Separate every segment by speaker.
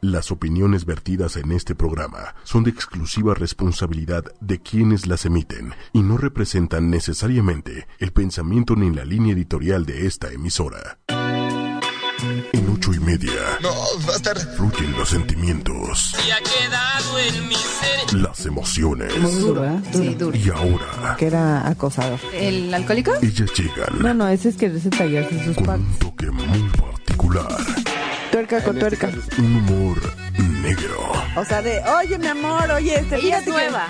Speaker 1: Las opiniones vertidas en este programa son de exclusiva responsabilidad de quienes las emiten y no representan necesariamente el pensamiento ni la línea editorial de esta emisora. En ocho y media
Speaker 2: No, Bastard.
Speaker 1: fluyen los sentimientos,
Speaker 3: y ha quedado en mi ser.
Speaker 1: las emociones
Speaker 4: Duro,
Speaker 5: Sí, duro.
Speaker 1: y ahora
Speaker 4: Que era acosador.
Speaker 5: ¿El alcohólico?
Speaker 1: ellas
Speaker 4: No,
Speaker 1: llegan
Speaker 4: no, ese es quererse tallarse sus
Speaker 1: con un
Speaker 4: patas.
Speaker 1: toque muy particular,
Speaker 4: Tuerca con tuerca.
Speaker 1: un humor negro
Speaker 4: O sea, de, oye, mi amor, oye, este
Speaker 5: Ella es
Speaker 4: fíjate que-
Speaker 5: nueva.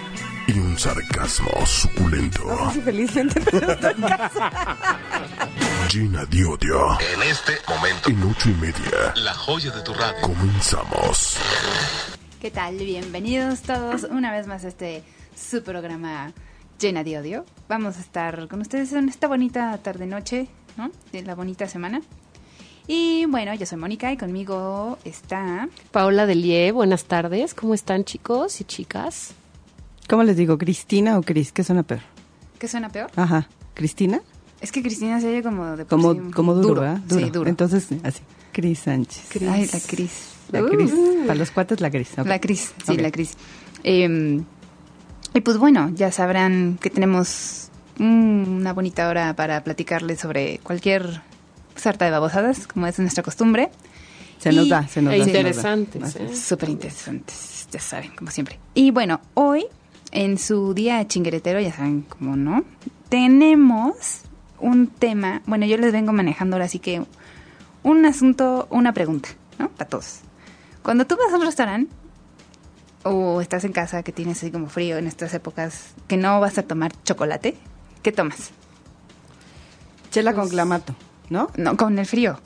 Speaker 1: y un sarcasmo
Speaker 4: No
Speaker 1: suculento.
Speaker 4: sé si felizmente, pero estoy casada.
Speaker 1: Gina Diodio.
Speaker 2: En este momento,
Speaker 1: En ocho y media
Speaker 2: la joya de tu radio.
Speaker 1: comenzamos.
Speaker 5: ¿Qué tal? Bienvenidos todos una vez más a este su programa llena de odio. Vamos a estar con ustedes en esta bonita tarde-noche, ¿no? De la bonita semana. Y bueno, yo soy Mónica y conmigo está...
Speaker 6: Paola Delie, buenas tardes. ¿Cómo están chicos y chicas?
Speaker 4: ¿Cómo les digo? ¿Cristina o Cris? ¿Qué suena peor?
Speaker 5: ¿Qué suena peor?
Speaker 4: Ajá. ¿Cristina?
Speaker 5: Es que Cristina se oye como de... por
Speaker 4: Como,
Speaker 5: sí-
Speaker 4: como duro, ¿verdad?
Speaker 5: Sí, duro.
Speaker 4: Entonces, así. Cris Sánchez.
Speaker 5: Ay, la Cris.
Speaker 4: La Cris.
Speaker 5: Uh.
Speaker 4: Para los cuates, la Cris. ok.
Speaker 5: La Cris, sí,
Speaker 4: Ok.
Speaker 5: la Cris. Eh, y pues bueno, ya sabrán que tenemos mm, una bonita hora para platicarles sobre cualquier sarta de babosadas, como es nuestra costumbre.
Speaker 4: Se nos
Speaker 5: Y-
Speaker 4: da, se nos
Speaker 6: e
Speaker 4: da. se nos da.
Speaker 6: interesantes,
Speaker 4: Así
Speaker 6: ¿eh?
Speaker 4: es.
Speaker 5: Súper interesantes, ya saben, como siempre. Y bueno, hoy, en su día chingueretero, ya saben cómo no, tenemos un tema. Bueno, yo les vengo manejando ahora, así que un asunto, una pregunta, ¿no? Para todos. Cuando tú vas a un restaurante o estás en casa que tienes así como frío en estas épocas, que no vas a tomar chocolate, ¿qué tomas?
Speaker 4: Chela con clamato, ¿no?
Speaker 5: No, con el frío.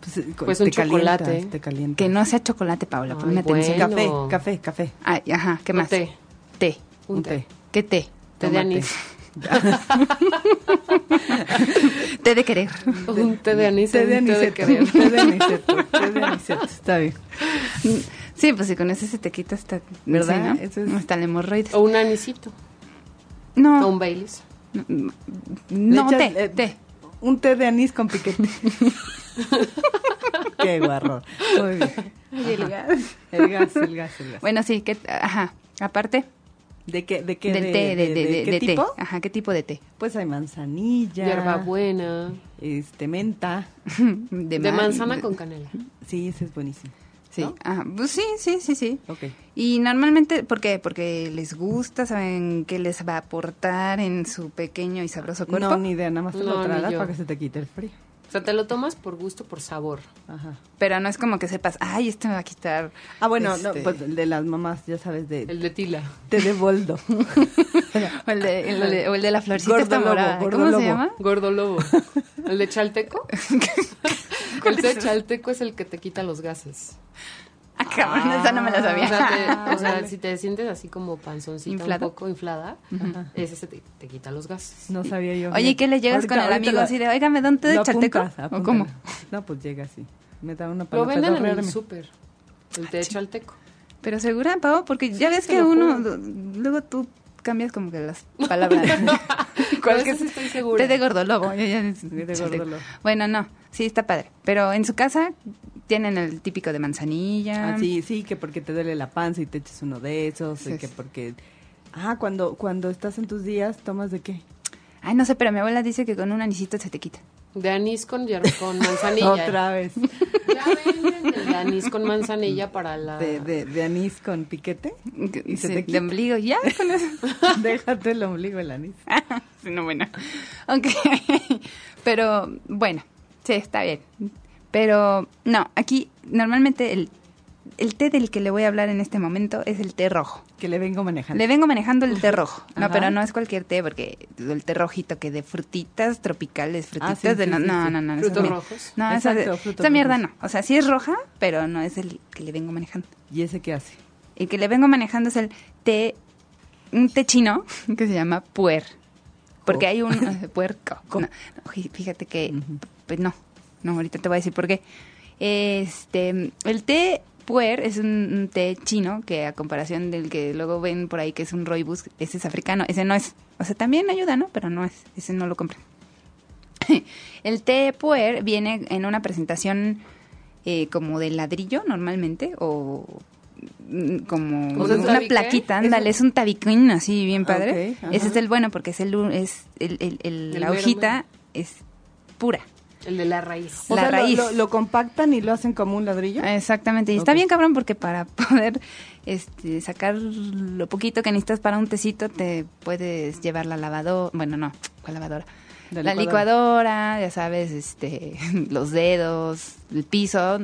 Speaker 4: Pues, eh, con-
Speaker 6: Pues un
Speaker 4: te calientas,
Speaker 6: chocolate.
Speaker 4: Te calienta.
Speaker 5: Que no sea chocolate, Paula,
Speaker 6: Ay,
Speaker 5: ponme atención.
Speaker 6: bueno.
Speaker 4: Café, café, café.
Speaker 5: Ay, ajá, ¿qué
Speaker 6: Un
Speaker 5: más?
Speaker 6: té.
Speaker 5: Té.
Speaker 6: Un
Speaker 4: Un
Speaker 6: té.
Speaker 4: té.
Speaker 5: ¿Qué té?
Speaker 6: Té de
Speaker 4: Tomate.
Speaker 6: anís.
Speaker 5: Té de querer.
Speaker 6: Un té de anís.
Speaker 4: Té de
Speaker 6: un té de
Speaker 4: aniseto.
Speaker 6: crema.
Speaker 4: Té de aniseto. Té de aniseto. Está bien.
Speaker 5: Sí, pues si con ese se te quita hasta,
Speaker 4: ¿Verdad?
Speaker 5: ¿verdad?
Speaker 4: Eso es- Oh,
Speaker 5: Hasta el hemorroide.
Speaker 6: O un anisito. O un
Speaker 5: No,
Speaker 6: Baileys.
Speaker 5: no, no,
Speaker 4: Le echas,
Speaker 5: té,
Speaker 4: eh,
Speaker 5: té.
Speaker 4: Un té de anís con piquete. Qué guarro. Muy bien. Ajá. El gas, el gas, el gas.
Speaker 5: Bueno, sí, que, ajá. Aparte
Speaker 4: ¿De qué, de qué,
Speaker 5: del
Speaker 4: de,
Speaker 5: té, de, de, de-
Speaker 4: qué
Speaker 5: de té. Ah.
Speaker 4: tipo?
Speaker 5: Ajá, ¿qué tipo de té?
Speaker 4: Pues hay manzanilla.
Speaker 6: Hierbabuena.
Speaker 4: Este, menta.
Speaker 5: De,
Speaker 6: De
Speaker 5: ma-
Speaker 6: manzana
Speaker 5: de-
Speaker 6: con canela.
Speaker 4: Sí, ese es buenísimo.
Speaker 5: Sí,
Speaker 4: ¿no?
Speaker 5: ajá. Pues sí, sí, sí, sí.
Speaker 4: Ok.
Speaker 5: Y normalmente, ¿por qué? Porque les gusta, saben qué les va a aportar en su pequeño y sabroso cuerpo.
Speaker 4: No, ni idea, nada más te
Speaker 6: No,
Speaker 4: lo
Speaker 6: ni
Speaker 4: tragas
Speaker 6: yo.
Speaker 4: para que se te quite el frío.
Speaker 6: O sea, te lo tomas por gusto, por sabor.
Speaker 4: Ajá.
Speaker 5: Pero no es como que sepas, ay, este me va a quitar.
Speaker 4: Ah, bueno,
Speaker 5: este,
Speaker 4: no, pues el de las mamás, ya sabes, de
Speaker 6: El de tila.
Speaker 4: té de boldo.
Speaker 5: o, el de, el de- o el de la florcita esta
Speaker 4: Gordolobo,
Speaker 5: morada. ¿Cómo
Speaker 4: gordolobo.
Speaker 5: se llama?
Speaker 6: Gordo lobo. ¿El de chalteco? El de chalteco es el que te quita los gases.
Speaker 5: Ah, cabrón, esa no me la sabía.
Speaker 6: O sea, te- o sea, si te sientes así como panzoncita
Speaker 5: Inflada.
Speaker 6: un poco inflada, ese se te, te quita los gases.
Speaker 4: No sabía yo.
Speaker 5: Oye, ¿y qué le llegas
Speaker 4: Ahorita-
Speaker 5: con el
Speaker 4: ahorita
Speaker 5: amigo
Speaker 4: lo-
Speaker 5: así de, oiga, ¿me da un té de
Speaker 4: lo
Speaker 5: chateco?
Speaker 4: apuntas, apúntalo.
Speaker 5: ¿O cómo?
Speaker 4: No, pues llega así. Me da una
Speaker 6: Lo
Speaker 4: para
Speaker 6: venden en el
Speaker 4: pedorrearme.
Speaker 6: súper. El té de chalteco.
Speaker 5: Pero segura, Pau, porque ya ves
Speaker 6: te
Speaker 5: que
Speaker 6: lo
Speaker 5: uno,
Speaker 6: juro.
Speaker 5: luego tú cambias como que las palabras.
Speaker 6: Con
Speaker 5: que
Speaker 6: eso sí estoy segura.
Speaker 5: Té de gordolobo. ya, ya, es-
Speaker 4: de
Speaker 5: chateco.
Speaker 4: gordolobo.
Speaker 5: Bueno, no, sí, está padre. Pero en su casa tienen el típico de manzanilla.
Speaker 4: Ah, sí, sí, que porque te duele la panza y te echas uno de esos,
Speaker 5: Sí,
Speaker 4: y que
Speaker 5: sí.
Speaker 4: porque... Ah, cuando, cuando estás en tus días, ¿tomas de qué?
Speaker 5: Ay, no sé, pero mi abuela dice que con un anisito se te quita.
Speaker 6: De anís con, hierba- con manzanilla.
Speaker 4: Otra vez.
Speaker 6: Ya venden el de anís con manzanilla para la...
Speaker 4: De, de, de anís con piquete.
Speaker 5: Y
Speaker 4: se te
Speaker 5: De
Speaker 4: quita.
Speaker 5: ombligo, ya, con eso.
Speaker 4: Déjate el ombligo el anís.
Speaker 5: Sí, no, bueno. Ok. Pero bueno, sí, está bien. Pero no, aquí normalmente el, el té del que le voy a hablar en este momento es el té rojo.
Speaker 4: Que le vengo manejando.
Speaker 5: Le vengo manejando el té rojo. No,
Speaker 4: Ajá.
Speaker 5: pero no es cualquier té, porque el té rojito que de frutitas tropicales, frutitas
Speaker 4: Ah, sí,
Speaker 5: de...
Speaker 4: sí,
Speaker 5: no,
Speaker 4: sí,
Speaker 5: no,
Speaker 4: sí.
Speaker 5: no, no, esa
Speaker 6: Frutos
Speaker 5: mie-
Speaker 6: rojos.
Speaker 5: No, esa,
Speaker 4: Exacto, frutos
Speaker 5: esa mierda no.
Speaker 4: rojos.
Speaker 5: O sea, sí es roja, pero no es el que le vengo manejando.
Speaker 4: ¿Y ese qué hace?
Speaker 5: El que le vengo manejando es el té, un té chino que se llama puer. Porque hay un puerco. No, no, fí- fíjate que, pues no, no, ahorita te voy a decir por qué. Este, el té puer es un, un té chino que a comparación del que luego ven por ahí que es un roibus, ese es africano, ese no es. O sea, también ayuda, ¿no? Pero no es, ese no lo compran. El té puer viene en una presentación eh, como de ladrillo normalmente o mm, como
Speaker 6: ¿Como de un
Speaker 5: una
Speaker 6: tabique?
Speaker 5: plaquita, ándale,
Speaker 4: Es
Speaker 5: es un tabiquín así bien
Speaker 4: Ah,
Speaker 5: padre.
Speaker 4: ok, ajá.
Speaker 5: Ese es el bueno porque es el, u- es el, el- el-
Speaker 6: El
Speaker 5: la
Speaker 6: mero,
Speaker 5: hojita
Speaker 6: mero.
Speaker 5: es pura.
Speaker 6: El de la raíz.
Speaker 5: La
Speaker 4: lo-
Speaker 5: raíz. Eh.
Speaker 4: Lo, lo compactan y lo hacen como un ladrillo.
Speaker 5: Exactamente, y está
Speaker 4: Ok.
Speaker 5: bien cabrón porque para poder este, sacar lo poquito que necesitas para un tecito te puedes llevar la lavadora, bueno no, ¿cuál lavadora?
Speaker 4: La
Speaker 5: la licuadora, ya sabes, este, los dedos, el piso.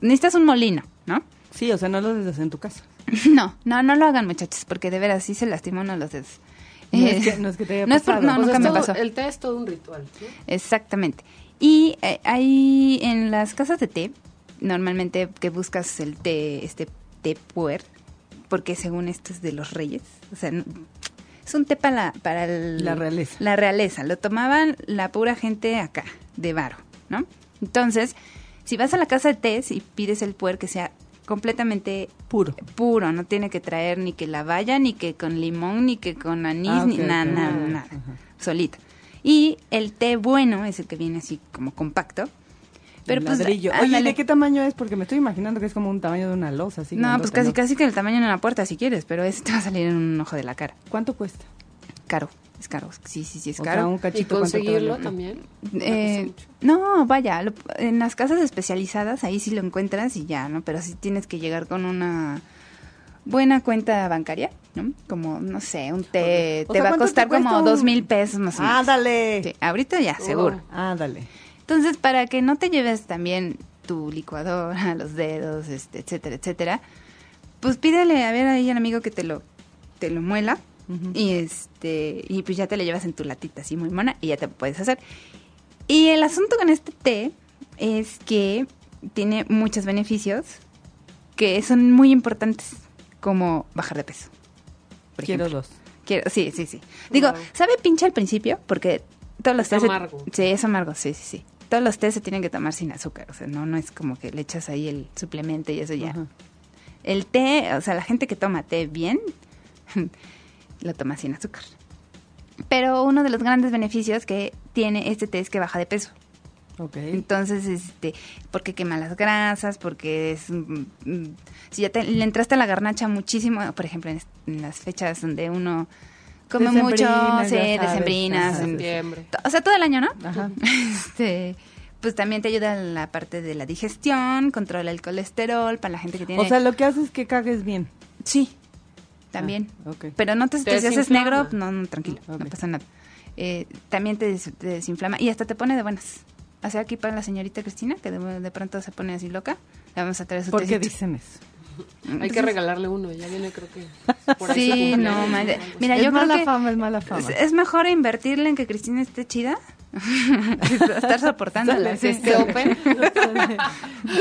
Speaker 5: Necesitas un molino, ¿no?
Speaker 4: Sí, o sea, no lo deshaces en tu casa.
Speaker 5: No, no, no lo hagan muchachos, porque de veras sí se lastima uno los dedos.
Speaker 4: No
Speaker 5: Eh,
Speaker 4: es que- no es que te haya
Speaker 5: no es por-
Speaker 4: pasado.
Speaker 5: no,
Speaker 4: O
Speaker 6: sea,
Speaker 5: nunca
Speaker 6: es
Speaker 5: me
Speaker 6: todo-
Speaker 5: pasó.
Speaker 6: El té es todo un ritual. ¿no?
Speaker 5: Exactamente. Y eh, hay en las casas de té, normalmente que buscas el té, este té puer, porque según esto es de los reyes, o sea, no- es un té para la, para el-
Speaker 4: La realeza.
Speaker 5: La realeza, lo tomaban la pura gente acá, de varo, ¿no? Entonces, si vas a la casa de té y pides el puer que sea completamente
Speaker 4: Puro.
Speaker 5: puro, no tiene que traer ni que la valla, ni que con limón, ni que con anís,
Speaker 4: Ah,
Speaker 5: ni
Speaker 4: ok,
Speaker 5: nada,
Speaker 4: ok.
Speaker 5: nada,
Speaker 4: Ah,
Speaker 5: nada,
Speaker 4: ajá.
Speaker 5: solita. Y el té bueno es el que viene así como compacto. Pero
Speaker 4: Un
Speaker 5: pues,
Speaker 4: ladrillo. Oye,
Speaker 5: ándale.
Speaker 4: ¿y ¿de qué tamaño es? Porque me estoy imaginando que es como un tamaño de una losa, así.
Speaker 5: no, pues
Speaker 4: grandota,
Speaker 5: casi, casi que el tamaño de una puerta si quieres, pero ese te va a salir en un ojo de la cara.
Speaker 4: ¿Cuánto cuesta?
Speaker 5: Caro, es caro, sí, sí, sí, es
Speaker 4: O sea,
Speaker 5: caro.
Speaker 4: un
Speaker 6: Y
Speaker 4: cachito. ¿cuánto te
Speaker 6: conseguirlo
Speaker 4: vale?
Speaker 6: también.
Speaker 5: Eh,
Speaker 6: Me gusta mucho.
Speaker 5: no, vaya, lo- en las casas especializadas ahí sí lo encuentras y ya, ¿no? Pero sí tienes que llegar con una buena cuenta bancaria, ¿no? Como, no sé, un té,
Speaker 4: O
Speaker 5: Eh, te
Speaker 4: sea,
Speaker 5: va a
Speaker 4: ¿cuánto te
Speaker 5: costar como
Speaker 4: cuesta un- Ah, Oh.
Speaker 5: dos mil pesos más o menos.
Speaker 4: Ándale.
Speaker 5: Sí, ahorita ya, seguro.
Speaker 4: Ándale.
Speaker 5: Entonces, para que no te lleves también tu licuadora, los dedos, este, etcétera, etcétera, pues pídele a ver ahí al amigo que te lo, te lo muela
Speaker 4: Ujú.
Speaker 5: y este, y pues ya te lo llevas en tu latita así muy mona y ya te puedes hacer. Y el asunto con este té es que tiene muchos beneficios que son muy importantes, como bajar de peso. por
Speaker 4: Quiero
Speaker 5: ejemplo.
Speaker 4: dos.
Speaker 5: Quiero, sí, sí, sí. Digo, ¿sabe pinche al principio? Porque todos los
Speaker 6: Es
Speaker 5: tés se-
Speaker 6: amargo.
Speaker 5: Sí, es amargo, sí, sí, sí. Todos los tés se tienen que tomar sin azúcar, o sea, no, no es como que le echas ahí el suplemento y eso ya.
Speaker 4: Ajá.
Speaker 5: El té, o sea, la gente que toma té bien, lo toma sin azúcar. Pero uno de los grandes beneficios que tiene este té es que baja de peso.
Speaker 4: Ok.
Speaker 5: Entonces, este, porque quema las grasas, porque es... mm, mm, si ya te- le entraste a la garnacha muchísimo, por ejemplo, en, es- en las fechas donde uno come mucho,
Speaker 4: Decembrinas,
Speaker 5: sí,
Speaker 4: ya sabes,
Speaker 5: decembrinas,
Speaker 4: ajá.
Speaker 5: en-
Speaker 6: Septiembre.
Speaker 5: to- o sea, todo el año, ¿no?
Speaker 4: Ajá.
Speaker 5: Este, pues también te ayuda en la parte de la digestión, controla el colesterol, para la gente que tiene...
Speaker 4: O sea, lo que haces es que cagues bien.
Speaker 5: sí, también.
Speaker 4: Ah, ok. Ah,
Speaker 5: Pero no te,
Speaker 6: Te
Speaker 5: te si haces
Speaker 6: desinflama.
Speaker 5: negro, no, no, tranquilo,
Speaker 4: Ok.
Speaker 5: no pasa nada. Eh, también te, des- te desinflama y hasta te pone de buenas. O sea, aquí para la señorita Cristina, que de, de pronto se pone así loca, le vamos a traer su
Speaker 4: ¿Por qué
Speaker 5: tecito.
Speaker 4: dicen eso?
Speaker 6: Hay que regalarle uno. Ya viene, creo que. Por ahí su
Speaker 5: Sí,
Speaker 6: cumpleaños
Speaker 5: no,
Speaker 6: o
Speaker 5: madre.
Speaker 6: algo así.
Speaker 5: Mira,
Speaker 4: es
Speaker 5: yo creo
Speaker 4: mala
Speaker 5: que
Speaker 4: fama, es mala fama.
Speaker 5: es, es mejor invertirle en que Cristina esté chida. Estar
Speaker 4: Sale,
Speaker 5: soportándola. sí,
Speaker 4: sale.
Speaker 5: sí.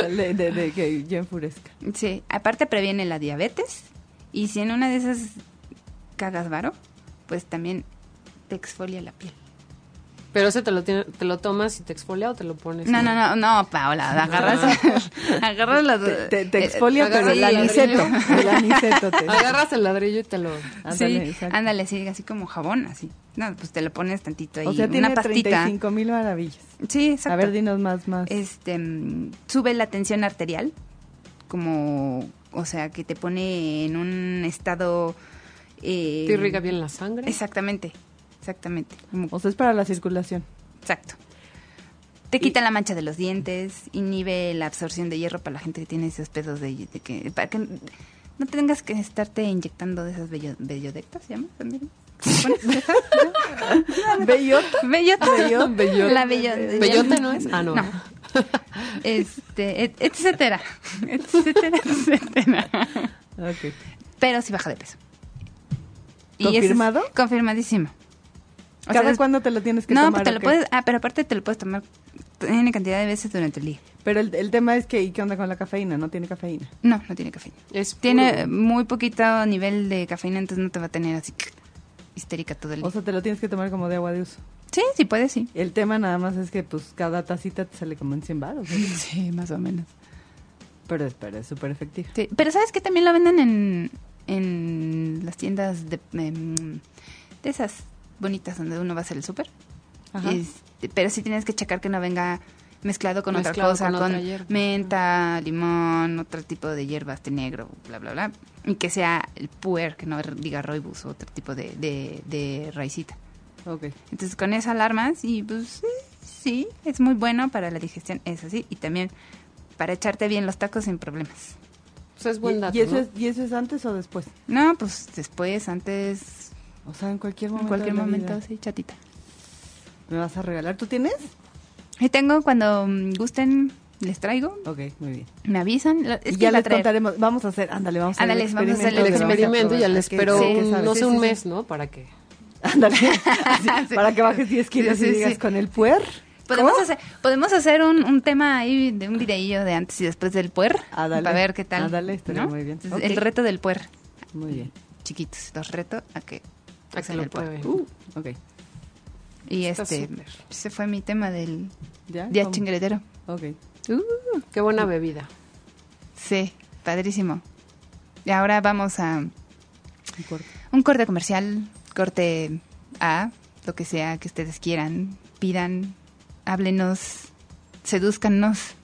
Speaker 4: de, de- de que yo enfurezca.
Speaker 5: Sí, aparte previene la diabetes y si en una de esas cagas varo, pues también te exfolia la piel.
Speaker 6: Pero ese te lo, tiene- te lo tomas y te exfolia o te lo pones.
Speaker 5: No, no, no, no, Paola, agarras, agarras las...
Speaker 4: Te, te- te exfolia,
Speaker 6: eh,
Speaker 4: pero el
Speaker 6: agarra el
Speaker 4: aniceto. El aniceto te.
Speaker 6: Agarras el ladrillo y te lo.
Speaker 4: Ándale,
Speaker 5: Sí,
Speaker 4: exacto.
Speaker 5: ándale, sí, así como jabón, así. No, pues te lo pones tantito ahí,
Speaker 4: O sea, tiene
Speaker 5: una pastita.
Speaker 4: 35 mil maravillas.
Speaker 5: Sí, exacto.
Speaker 4: A ver, dinos más, más.
Speaker 5: este mm, sube la tensión arterial como o sea que te pone en un estado eh,
Speaker 6: Te irriga bien la sangre.
Speaker 5: exactamente exactamente como-
Speaker 4: O sea, es para la circulación.
Speaker 5: exacto te quita la mancha de los dientes inhibe la absorción de hierro para la gente que tiene esos pedos de, de que para que no tengas que estarte inyectando de esas bello, bellodectas ¿se llama?
Speaker 4: Bellota.
Speaker 5: bellota,
Speaker 4: Bello- bellota.
Speaker 5: la bello-
Speaker 6: Bellota no es. Ah, no.
Speaker 5: No. este et- etcétera etcétera etcétera
Speaker 4: Ok.
Speaker 5: pero sí baja de peso.
Speaker 4: ¿Confirmado?
Speaker 5: eso es confirmadísimo. O
Speaker 4: ¿Cada
Speaker 5: sea, es-
Speaker 4: cuándo te lo tienes que
Speaker 5: no,
Speaker 4: tomar?
Speaker 5: pues te lo
Speaker 4: o qué?
Speaker 5: puedes, ah, pero aparte te lo puedes tomar N cantidad de veces durante el día.
Speaker 4: Pero el, el tema es que, ¿y qué onda con la cafeína? No tiene cafeína.
Speaker 5: No, no tiene cafeína.
Speaker 6: Es puro.
Speaker 5: Tiene muy poquito nivel de cafeína, entonces no te va a tener así histérica todo el día.
Speaker 4: O sea, te lo tienes que tomar como de agua de uso.
Speaker 5: sí, sí puedes, sí.
Speaker 4: El tema nada más es que, pues, cada tacita te sale como en 100 baros.
Speaker 5: Sí, más o menos.
Speaker 4: Pero, es- pero es súper efectivo.
Speaker 5: Sí, Pero ¿sabes que También lo venden en, en las tiendas de, em, de esas bonitas donde uno va a hacer el súper.
Speaker 4: Ajá.
Speaker 5: Este, pero sí tienes que checar que no venga mezclado con
Speaker 6: Mezclado
Speaker 5: otra cosa,
Speaker 6: con
Speaker 5: con,
Speaker 6: otra hierba.
Speaker 5: menta, limón, otro tipo de hierbas de negro, bla, bla, bla. Y que sea el puer, que no diga roibus, otro tipo de, de, de raicita.
Speaker 4: Ok.
Speaker 5: Entonces con eso alarmas y pues sí, sí, es muy bueno para la digestión, eso sí, y también para echarte bien los tacos sin problemas.
Speaker 6: Pues es buen
Speaker 4: ¿Y-
Speaker 6: dato.
Speaker 4: ¿Y, eso
Speaker 6: ¿no?
Speaker 4: es, ¿Y eso es antes o después?
Speaker 5: No, pues después, antes,
Speaker 4: O sea, en cualquier
Speaker 5: en
Speaker 4: momento.
Speaker 5: cualquier
Speaker 4: de la vida.
Speaker 5: momento, sí, chatita.
Speaker 4: ¿Me vas a regalar? ¿Tú tienes?
Speaker 5: Y tengo cuando mm, gusten, les traigo,
Speaker 4: Ok, muy bien.
Speaker 5: me avisan. lo- es
Speaker 4: y
Speaker 5: que
Speaker 4: ya
Speaker 5: iba a
Speaker 4: les
Speaker 5: traer.
Speaker 4: contaremos. Vamos a hacer, ándale, vamos a hacer
Speaker 5: Ándale, vamos a hacer
Speaker 6: el
Speaker 5: Entonces,
Speaker 6: experimento ya
Speaker 4: Ah,
Speaker 6: le espero,
Speaker 5: Sí.
Speaker 6: un-
Speaker 5: ¿Qué
Speaker 6: no
Speaker 5: sabes?
Speaker 6: sé, un mes, ¿no? Para que...
Speaker 4: Ándale, así,
Speaker 5: Sí.
Speaker 4: para que bajes 10 kilos
Speaker 5: Sí,
Speaker 4: y
Speaker 5: sí,
Speaker 4: digas
Speaker 5: sí.
Speaker 4: con el puer.
Speaker 5: Podemos
Speaker 4: ¿Cómo?
Speaker 5: hacer, podemos hacer un, un tema ahí de un videillo de antes y después del puer.
Speaker 4: Ándale,
Speaker 5: Para ver qué tal.
Speaker 4: ándale, Ah, estaría muy bien.
Speaker 5: Entonces,
Speaker 4: Ok.
Speaker 5: El reto del puer.
Speaker 4: Muy bien.
Speaker 5: Chiquitos, los reto a que
Speaker 6: A que
Speaker 5: usen
Speaker 6: lo
Speaker 5: el puer.
Speaker 6: prueben.
Speaker 4: Uh, ok.
Speaker 5: Y
Speaker 6: Está
Speaker 5: este,
Speaker 6: súper.
Speaker 5: ese fue mi tema del
Speaker 4: ¿Ya?
Speaker 5: día
Speaker 4: ¿Cómo? Uh.
Speaker 5: chingueretero.
Speaker 4: Ok.
Speaker 6: Qué buena bebida.
Speaker 5: Sí, padrísimo. Y ahora vamos a
Speaker 4: un corte.
Speaker 5: un corte comercial, corte A, lo que sea que ustedes quieran, pidan, háblenos, sedúzcannos.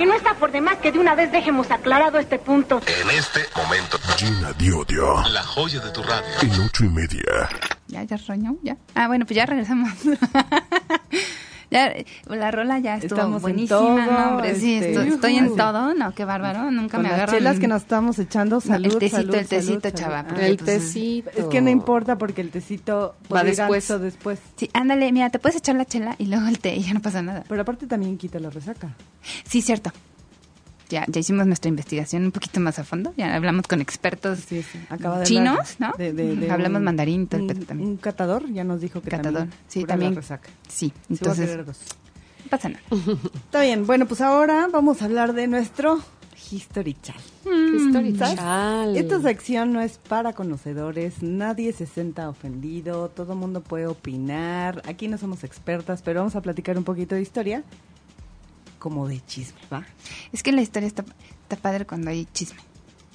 Speaker 7: Y no está por demás que de una vez dejemos aclarado este punto.
Speaker 2: En este momento,
Speaker 1: Gina Diodio.
Speaker 2: la joya de tu radio.
Speaker 1: En ocho y media.
Speaker 5: Ya, ya roñó, ya. Ah, bueno, pues ya regresamos. ya, eh, la rola ya estuvo
Speaker 4: Estamos en
Speaker 5: buenísima,
Speaker 4: todo,
Speaker 5: no, hombre, sí,
Speaker 4: este,
Speaker 5: estoy, estoy en
Speaker 4: ujú.
Speaker 5: todo, no, qué bárbaro, nunca
Speaker 4: Con
Speaker 5: me
Speaker 4: las
Speaker 5: agarran.
Speaker 4: chelas que nos estamos echando,
Speaker 5: No,
Speaker 4: salud,
Speaker 5: el tecito,
Speaker 4: salud,
Speaker 5: el tecito,
Speaker 4: salud, Ah,
Speaker 5: chava,
Speaker 4: salud.
Speaker 5: porque,
Speaker 6: el
Speaker 5: pues,
Speaker 6: tecito.
Speaker 4: Es que no importa porque el tecito
Speaker 6: Va
Speaker 4: puede ir
Speaker 6: después.
Speaker 4: antes o después.
Speaker 5: Sí, ándale, mira, te puedes echar la chela y luego el té y ya no pasa nada.
Speaker 4: Pero aparte también quita la resaca.
Speaker 5: Sí, cierto. Ya, ya hicimos nuestra investigación un poquito más a fondo, ya hablamos con expertos
Speaker 4: Sí, sí. Acaba de
Speaker 5: chinos,
Speaker 4: hablar
Speaker 5: ¿no? Hablamos mandarín, todo
Speaker 4: un-
Speaker 5: el pedo también.
Speaker 4: Un catador ya nos dijo que
Speaker 5: Catador,
Speaker 4: también
Speaker 5: sí,
Speaker 4: cura
Speaker 5: también.
Speaker 4: la resaca. Sí,
Speaker 5: Sí,
Speaker 4: voy a
Speaker 5: entonces
Speaker 4: querer Mm. dos.
Speaker 5: no pasa nada.
Speaker 4: Está bien, bueno, pues ahora vamos a hablar de nuestro History Channel.
Speaker 6: History
Speaker 4: ¿Sabes?
Speaker 6: Chal.
Speaker 4: Esta sección no es para conocedores, nadie se sienta ofendido, todo mundo puede opinar, aquí no somos expertas, pero vamos a platicar un poquito de historia, como de chisme, ¿va?
Speaker 5: Es que la historia está, está padre cuando hay chisme.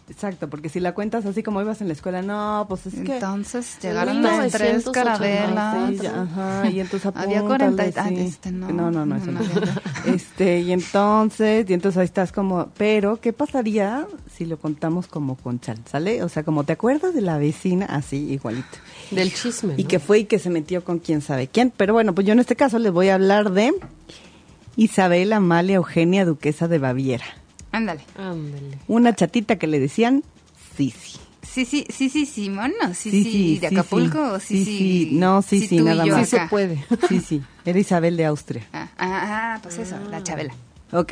Speaker 4: Exacto, porque si la cuentas así como ibas en la escuela, no, pues es que...
Speaker 5: Entonces
Speaker 6: que-
Speaker 5: llegaron las tres
Speaker 6: 1989,
Speaker 5: carabelas.
Speaker 4: Sí, ya, ajá, y en tus
Speaker 5: Había
Speaker 4: apúntale,
Speaker 5: 40 y- ah,
Speaker 4: sí.
Speaker 5: este, no,
Speaker 4: no, no, no, eso
Speaker 5: no,
Speaker 4: no.
Speaker 5: no.
Speaker 4: Este, y entonces, y entonces ahí estás como, pero, ¿qué pasaría si lo contamos como con chal, ¿sale? O sea, como te acuerdas de la vecina, así, igualito.
Speaker 6: Del chisme,
Speaker 4: Y
Speaker 6: ¿no?
Speaker 4: que fue y que se metió con quién sabe quién. Pero bueno, pues yo en este caso les voy a hablar de Isabel Amalia Eugenia, duquesa de Baviera.
Speaker 5: Ándale.
Speaker 6: Ándale.
Speaker 4: Una chatita que le decían Sisi.
Speaker 5: Sí, sí, sí, sí, Simón, ¿no? Sí, sí,
Speaker 4: Sí, sí,
Speaker 5: de
Speaker 4: sí,
Speaker 5: Acapulco, sí, sí.
Speaker 4: No, sí, sí,
Speaker 5: tú y
Speaker 4: nada
Speaker 5: yo
Speaker 4: más.
Speaker 6: Sí se
Speaker 5: acá.
Speaker 6: puede.
Speaker 4: Sí, sí, era Isabel de Austria.
Speaker 5: Ah, ah, ah, pues eso, la Chabela.
Speaker 4: Ok.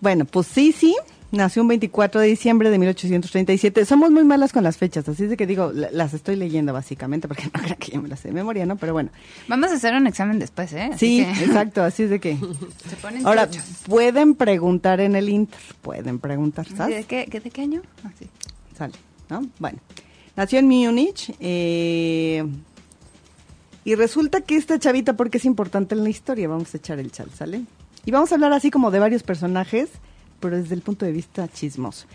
Speaker 4: Bueno, pues Sisi nació un 24 de diciembre de 1837. Somos muy malas con las fechas, así es de que digo, la- las estoy leyendo básicamente, porque no creo que yo me las sé de memoria, ¿no? Pero bueno.
Speaker 5: Vamos a hacer un examen después, ¿eh? Así
Speaker 4: Sí,
Speaker 5: que-
Speaker 4: exacto, así es de que...
Speaker 5: Se ponen
Speaker 4: Ahora,
Speaker 5: truchos.
Speaker 4: pueden preguntar en el Inter, pueden preguntar,
Speaker 5: Así, ¿De
Speaker 4: ¿sabes?
Speaker 5: qué, qué- ¿De qué año? Ah, sí.
Speaker 4: Sale, ¿no? Bueno, nació en Múnich eh, y resulta que esta chavita, porque es importante en la historia, vamos a echar el chal, ¿sale? Y vamos a hablar así como de varios personajes, pero desde el punto de vista chismoso.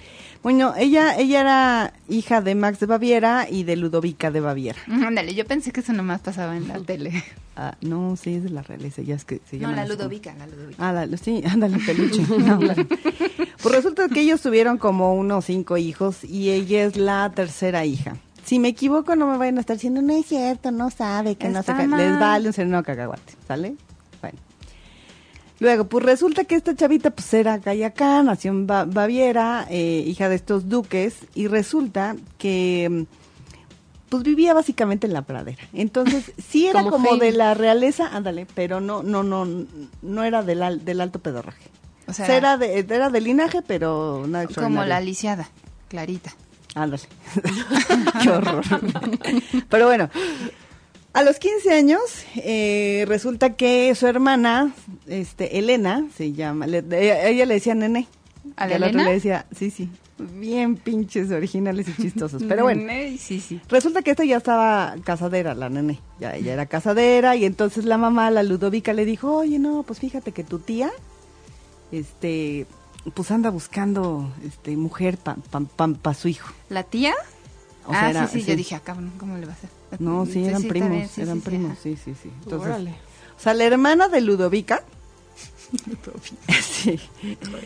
Speaker 4: Bueno, ella, ella era hija de Max de Baviera y de Ludovica de Baviera.
Speaker 5: Mm, Ándale, yo pensé que eso nomás pasaba en la tele.
Speaker 4: Ah, no, sí, es de la realeza, ya es que se
Speaker 5: No,
Speaker 4: llaman
Speaker 5: la
Speaker 4: así como-
Speaker 5: Ludovica, la Ludovica.
Speaker 4: Ah, la- sí, ándale, peluche. No, claro. Pues resulta que ellos tuvieron como unos cinco hijos y ella es la tercera hija. Si me equivoco, no me vayan a estar diciendo, no es cierto, no sabe, que no
Speaker 5: Está
Speaker 4: sabe.
Speaker 5: mal.
Speaker 4: Les vale un sereno cacahuate, ¿sale? Bueno. Luego, pues resulta que esta chavita, pues era acá y acá, nació en Ba- Baviera, eh, hija de estos duques, y resulta que, mm, pues vivía básicamente en la pradera. Entonces, sí era
Speaker 6: Como
Speaker 4: como, de
Speaker 6: Heidi.
Speaker 4: la realeza, ándale, pero no, no, no, no era del, al- del alto pedorraje.
Speaker 5: O
Speaker 4: O
Speaker 5: sea-
Speaker 4: sea, era de, era de linaje, pero nada
Speaker 5: Como
Speaker 4: extraordinario.
Speaker 5: la lisiada, Clarita.
Speaker 4: Ándale. Qué horror. Pero bueno, a los 15 años eh, resulta que su hermana, este, Elena, se llama, le- ella, ella le decía nene.
Speaker 5: ¿A
Speaker 4: Y
Speaker 5: la
Speaker 4: al otro
Speaker 5: Elena?
Speaker 4: le decía, sí, sí. Bien pinches originales y chistosos. Pues, Pero bueno.
Speaker 5: Nene, Mm, Sí, sí.
Speaker 4: Resulta que esta ya estaba casadera, la nene. Ya ella era casadera y entonces la mamá, la Ludovica, le dijo, oye, no, pues fíjate que tu tía, este, pues anda buscando, este, mujer para pa, pa- pa su hijo.
Speaker 5: ¿La tía?
Speaker 4: O sea,
Speaker 5: ah,
Speaker 4: era-
Speaker 5: sí, sí,
Speaker 4: sí.
Speaker 5: yo dije, ah, cabrón, ¿cómo le va a hacer?
Speaker 4: No, sí, eran
Speaker 5: está
Speaker 4: primos,
Speaker 5: bien, sí,
Speaker 4: eran
Speaker 5: sí, sí,
Speaker 4: primos,
Speaker 5: ajá.
Speaker 4: sí, sí, sí. Entonces,
Speaker 6: Órale.
Speaker 4: o sea, la hermana de Ludovica Sí.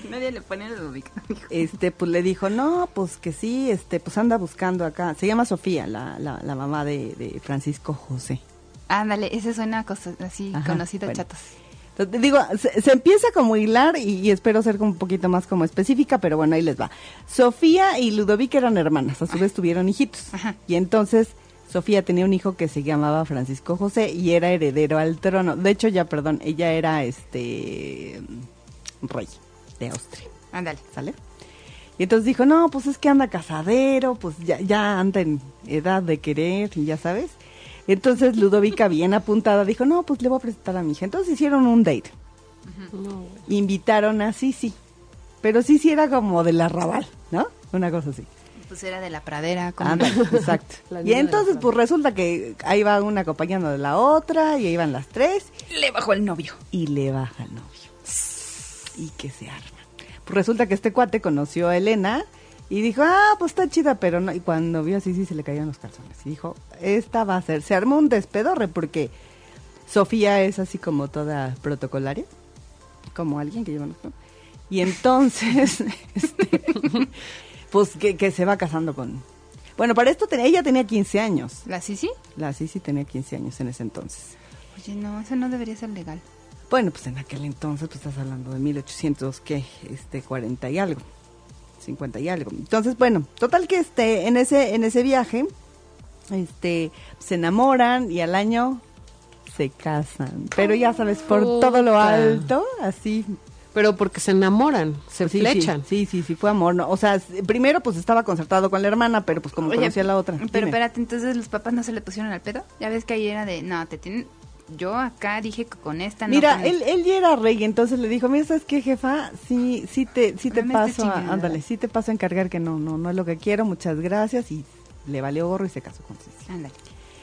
Speaker 5: Nadie le pone el ubicado.
Speaker 4: Este, pues le dijo, no, pues que sí, este, pues anda buscando acá. Se llama Sofía, la, la, la mamá de, de Francisco José.
Speaker 5: Ándale, ese suena a cosas así,
Speaker 4: Ajá,
Speaker 5: conocido
Speaker 4: bueno.
Speaker 5: chatos.
Speaker 4: Entonces, digo, se, se empieza como a hilar y, y espero ser como un poquito más como específica, pero bueno, ahí les va. Sofía y Ludovica eran hermanas, a su vez tuvieron hijitos.
Speaker 5: Ajá.
Speaker 4: Y entonces Sofía tenía un hijo que se llamaba Francisco José y era heredero al trono. De hecho, ya, perdón, ella era este rey de Austria.
Speaker 5: Ándale.
Speaker 4: ¿sale? Y entonces dijo, no, pues es que anda casadero, pues ya, ya anda en edad de querer, y ya sabes. Entonces Ludovica, bien apuntada, dijo, no, pues le voy a presentar a mi hija. Entonces hicieron un date.
Speaker 6: mm.
Speaker 4: Invitaron a Sisi, pero Sisi era como del arrabal, ¿no? Una cosa así.
Speaker 5: Pues era de la pradera. Con...
Speaker 4: Ándale, exacto.
Speaker 6: La niña
Speaker 4: y
Speaker 6: de
Speaker 4: entonces,
Speaker 6: la
Speaker 4: pues resulta que ahí va una acompañando de la otra, y ahí van las tres,
Speaker 5: Le bajó el novio.
Speaker 4: y le baja el novio. Y que se arma. Pues resulta que este cuate conoció a Elena y dijo, ah, pues está chida, pero no. Y cuando vio así, sí, se le caían los calzones. Y dijo, esta va a ser. Se armó un despedorre porque Sofía es así como toda protocolaria, como alguien que yo conozco. Y entonces, este, pues que, que se va casando con... Bueno, para esto tenía- ella tenía 15 años.
Speaker 5: ¿La Sisi?
Speaker 4: La Sisi tenía 15 años en ese entonces.
Speaker 5: Oye, no, eso no debería ser legal.
Speaker 4: Bueno, pues en aquel entonces, pues estás hablando de 1800, ¿qué? Este, 40 y algo, 50 y algo. Entonces, bueno, total que este, en ese, en ese viaje, este, se enamoran y al año se casan. Pero ya sabes, por todo lo
Speaker 6: Puta.
Speaker 4: alto, así. pues
Speaker 6: Pero porque se enamoran, se
Speaker 4: sí,
Speaker 6: flechan.
Speaker 4: Sí, sí, sí, sí, fue amor. ¿no? O sea, s- primero pues estaba concertado con la hermana, pero pues como
Speaker 5: Oye,
Speaker 4: conocía a la otra.
Speaker 5: Pero
Speaker 4: dime.
Speaker 5: espérate, entonces los papás no se le pusieron al pedo. Ya ves que ahí era de, no, te tienen. Yo acá dije que con esta no.
Speaker 4: Mira,
Speaker 5: con-
Speaker 4: él, él ya era rey, entonces le dijo, mira, ¿sabes qué, jefa? Sí, sí te, sí te
Speaker 5: No me estés
Speaker 4: paso, a-
Speaker 5: chingando.
Speaker 4: ándale, sí te paso a encargar que no, no, no es lo que quiero, muchas gracias, y le valió gorro y se casó con Cecilia.
Speaker 5: Ándale.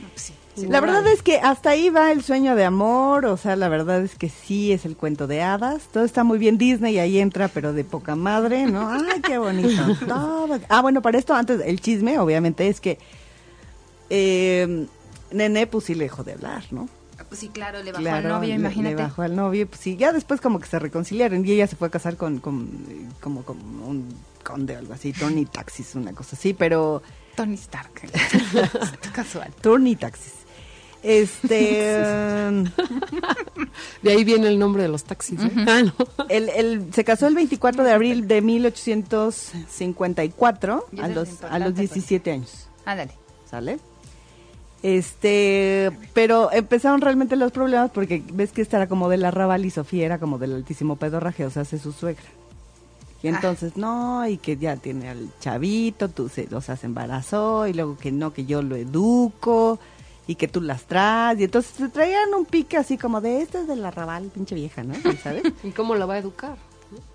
Speaker 5: No, pues sí.
Speaker 6: Sí,
Speaker 4: La
Speaker 6: órale.
Speaker 4: verdad es que hasta ahí va el sueño de amor, o sea, la verdad es que sí es el cuento de hadas, todo está muy bien Disney, ahí entra, pero de poca madre, ¿no? Ay, qué bonito. todo. Ah, bueno, para esto antes, el chisme, obviamente, es que eh, Nene, pues sí le dejó de hablar, ¿no?
Speaker 5: Ah, Pues sí, claro, le bajó
Speaker 4: Claro,
Speaker 5: al novio,
Speaker 4: le-
Speaker 5: imagínate.
Speaker 4: Le bajó al novio, pues sí, ya después como que se reconciliaron y ella se fue a casar con, con eh, como con un conde o algo así, Tony Taxis, una cosa así, pero
Speaker 5: Tony Stark. Casual.
Speaker 4: Tony Taxis. Este, em,
Speaker 6: De ahí viene el nombre de los taxis. ¿eh? Ah, no.
Speaker 4: mm, el, el- se casó el 24 de abril de 1854
Speaker 5: Y eso
Speaker 4: a
Speaker 5: es
Speaker 4: los, a
Speaker 5: importante,
Speaker 4: los
Speaker 5: pues.
Speaker 4: 17 años.
Speaker 5: Ándale.
Speaker 4: ¿Sale? Este, pero empezaron realmente los problemas porque ves que esta era como del arrabal y Sofía era como del altísimo pedorraje, o sea, hace su suegra. Y
Speaker 5: Ah.
Speaker 4: entonces, no, y que ya tiene al chavito, tú se, o sea, se embarazó, y luego que no, que yo lo educo, y que tú las traes, y entonces se traían un pique así como de, esta es del arrabal, pinche vieja, ¿no? ¿Sí ¿Sabes?
Speaker 6: ¿Y cómo la va a educar?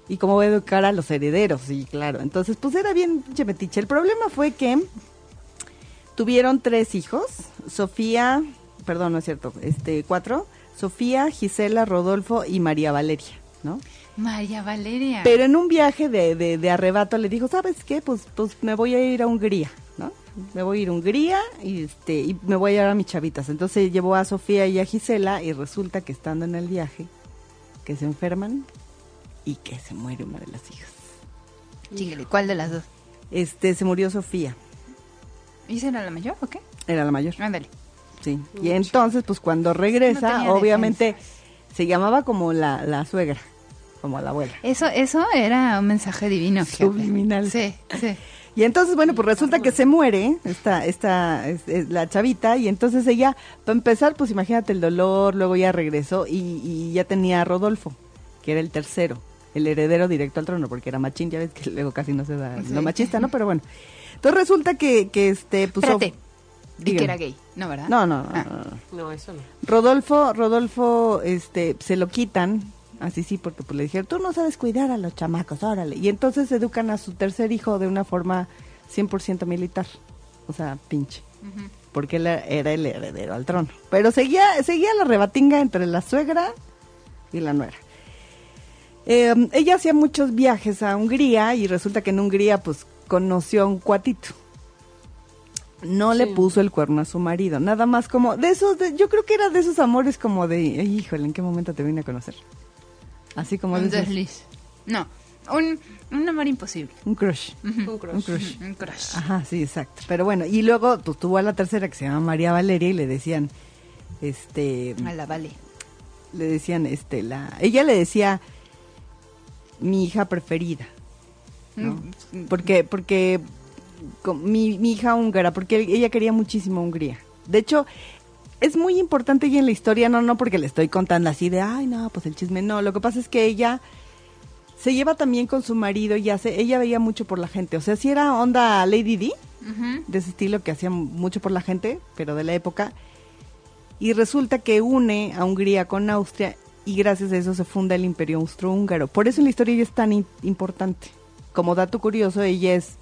Speaker 4: y cómo va a educar a los herederos, sí, claro. Entonces, pues era bien pinche metiche. El problema fue que tuvieron tres hijos, Sofía, perdón, no es cierto, este, cuatro, Sofía, Gisela, Rodolfo y María Valeria, ¿no?
Speaker 5: María Valeria.
Speaker 4: Pero en un viaje de, de- de arrebato le dijo, ¿sabes qué? Pues, pues me voy a ir a Hungría, ¿no? Me voy a ir a Hungría y, este, y me voy a llevar a mis chavitas. Entonces llevó a Sofía y a Gisela y resulta que estando en el viaje, que se enferman y que se muere una de las hijas.
Speaker 5: Chíngale, ¿cuál de las dos?
Speaker 4: Este, se murió Sofía,
Speaker 5: ¿Y esa era la mayor o qué?
Speaker 4: era la mayor.
Speaker 5: Ándale.
Speaker 4: Sí. Y entonces, pues cuando regresa,
Speaker 5: tenía
Speaker 4: obviamente se llamaba como la, la suegra, como la abuela.
Speaker 5: Eso, eso era un mensaje divino. fíjate.
Speaker 4: Subliminal.
Speaker 5: Sí, sí.
Speaker 4: Y entonces, bueno, pues resulta que se muere esta, esta, es- es la chavita, y entonces ella, para empezar, pues imagínate el dolor, luego ya regresó y, y ya tenía a Rodolfo, que era el tercero, el heredero directo al trono, porque era machín, ya ves que luego casi no se da
Speaker 5: Pues Sí.
Speaker 4: lo machista, ¿no? Pero bueno. Entonces resulta que, que este, pues...
Speaker 5: Espérate. Y
Speaker 4: dígame.
Speaker 5: que era gay, ¿no, verdad?
Speaker 4: No, no, no,
Speaker 5: Ah.
Speaker 4: no, no.
Speaker 6: No, eso no.
Speaker 4: Rodolfo, Rodolfo, este, se lo quitan, así sí, porque pues le dijeron, tú no sabes cuidar a los chamacos, órale. Y entonces educan a su tercer hijo de una forma 100% militar, o sea, pinche,
Speaker 5: Ujú.
Speaker 4: porque él era el heredero al trono. Pero seguía, seguía la rebatinga entre la suegra y la nuera. Eh, ella hacía muchos viajes a Hungría y resulta que en Hungría pues conoció a un cuatito. No le puso el cuerno a su marido, nada más como de esos, de- yo creo que era de esos amores como de, "Ay, híjole, ¿en qué momento te vine a conocer? Así como
Speaker 5: Un
Speaker 4: dices,
Speaker 5: desliz. No, un, un amor imposible.
Speaker 4: un crush.
Speaker 6: Un
Speaker 4: Un
Speaker 6: crush.
Speaker 4: crush. Ah.
Speaker 5: Un crush.
Speaker 4: Ajá, sí, exacto. Pero bueno, y luego pues, tuvo a la tercera que se llama María Valeria y le decían, este,
Speaker 5: A la vale.
Speaker 4: le decían, este, la, ella le decía mi hija preferida, ¿no?
Speaker 5: Mm,
Speaker 4: Porque, porque con- mi, mi hija húngara, porque ella quería muchísimo a Hungría. De hecho, es muy importante y en la historia, no, no porque le estoy contando así de, ay, no, pues el chisme, no. Lo que pasa es que ella se lleva también con su marido y hace, ella veía mucho por la gente. O sea, si era onda Lady D,
Speaker 5: ujú.
Speaker 4: de ese estilo que hacía mucho por la gente, pero de la época. Y resulta que une a Hungría con Austria y gracias a eso se funda el Imperio Austrohúngaro. Por eso en la historia ella es tan in- importante. Como dato curioso, ella es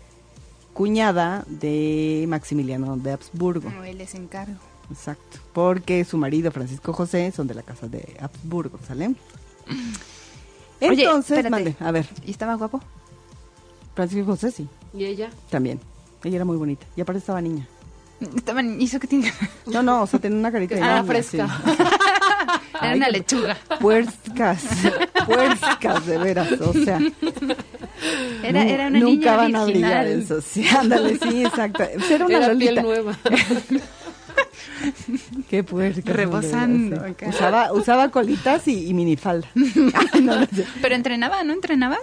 Speaker 4: cuñada de Maximiliano de Habsburgo.
Speaker 5: Como él les encargo.
Speaker 4: Exacto. Porque su marido, Francisco José, son de la casa de Habsburgo, ¿sale?
Speaker 5: Oye,
Speaker 4: Entonces,
Speaker 5: espérate.
Speaker 4: mande, a ver,
Speaker 5: ¿Y estaba guapo?
Speaker 4: Francisco José sí,
Speaker 6: Y ella,
Speaker 4: también. Ella era muy bonita. Y aparte estaba niña.
Speaker 5: Estaban, ¿y eso qué tiene?
Speaker 4: No, no, o sea, tenía una carita de
Speaker 6: Ah,
Speaker 4: niña,
Speaker 6: fresca.
Speaker 4: sí.
Speaker 5: Era una lechuga.
Speaker 4: Puercas, puercas, de veras, o sea.
Speaker 5: Era,
Speaker 4: nu-
Speaker 5: era una
Speaker 4: Nunca
Speaker 5: niña
Speaker 4: van a brillar
Speaker 5: virginal.
Speaker 4: eso, sí, ándale, sí, exacto. Era una
Speaker 6: era
Speaker 4: lolita.
Speaker 6: piel nueva.
Speaker 4: Qué puercas. de
Speaker 5: Rebosando
Speaker 4: veras, sí.
Speaker 5: acá.
Speaker 4: Usaba, usaba colitas y, y minifalda. Ay, no, no sé.
Speaker 5: Pero entrenaba, ¿no entrenaba?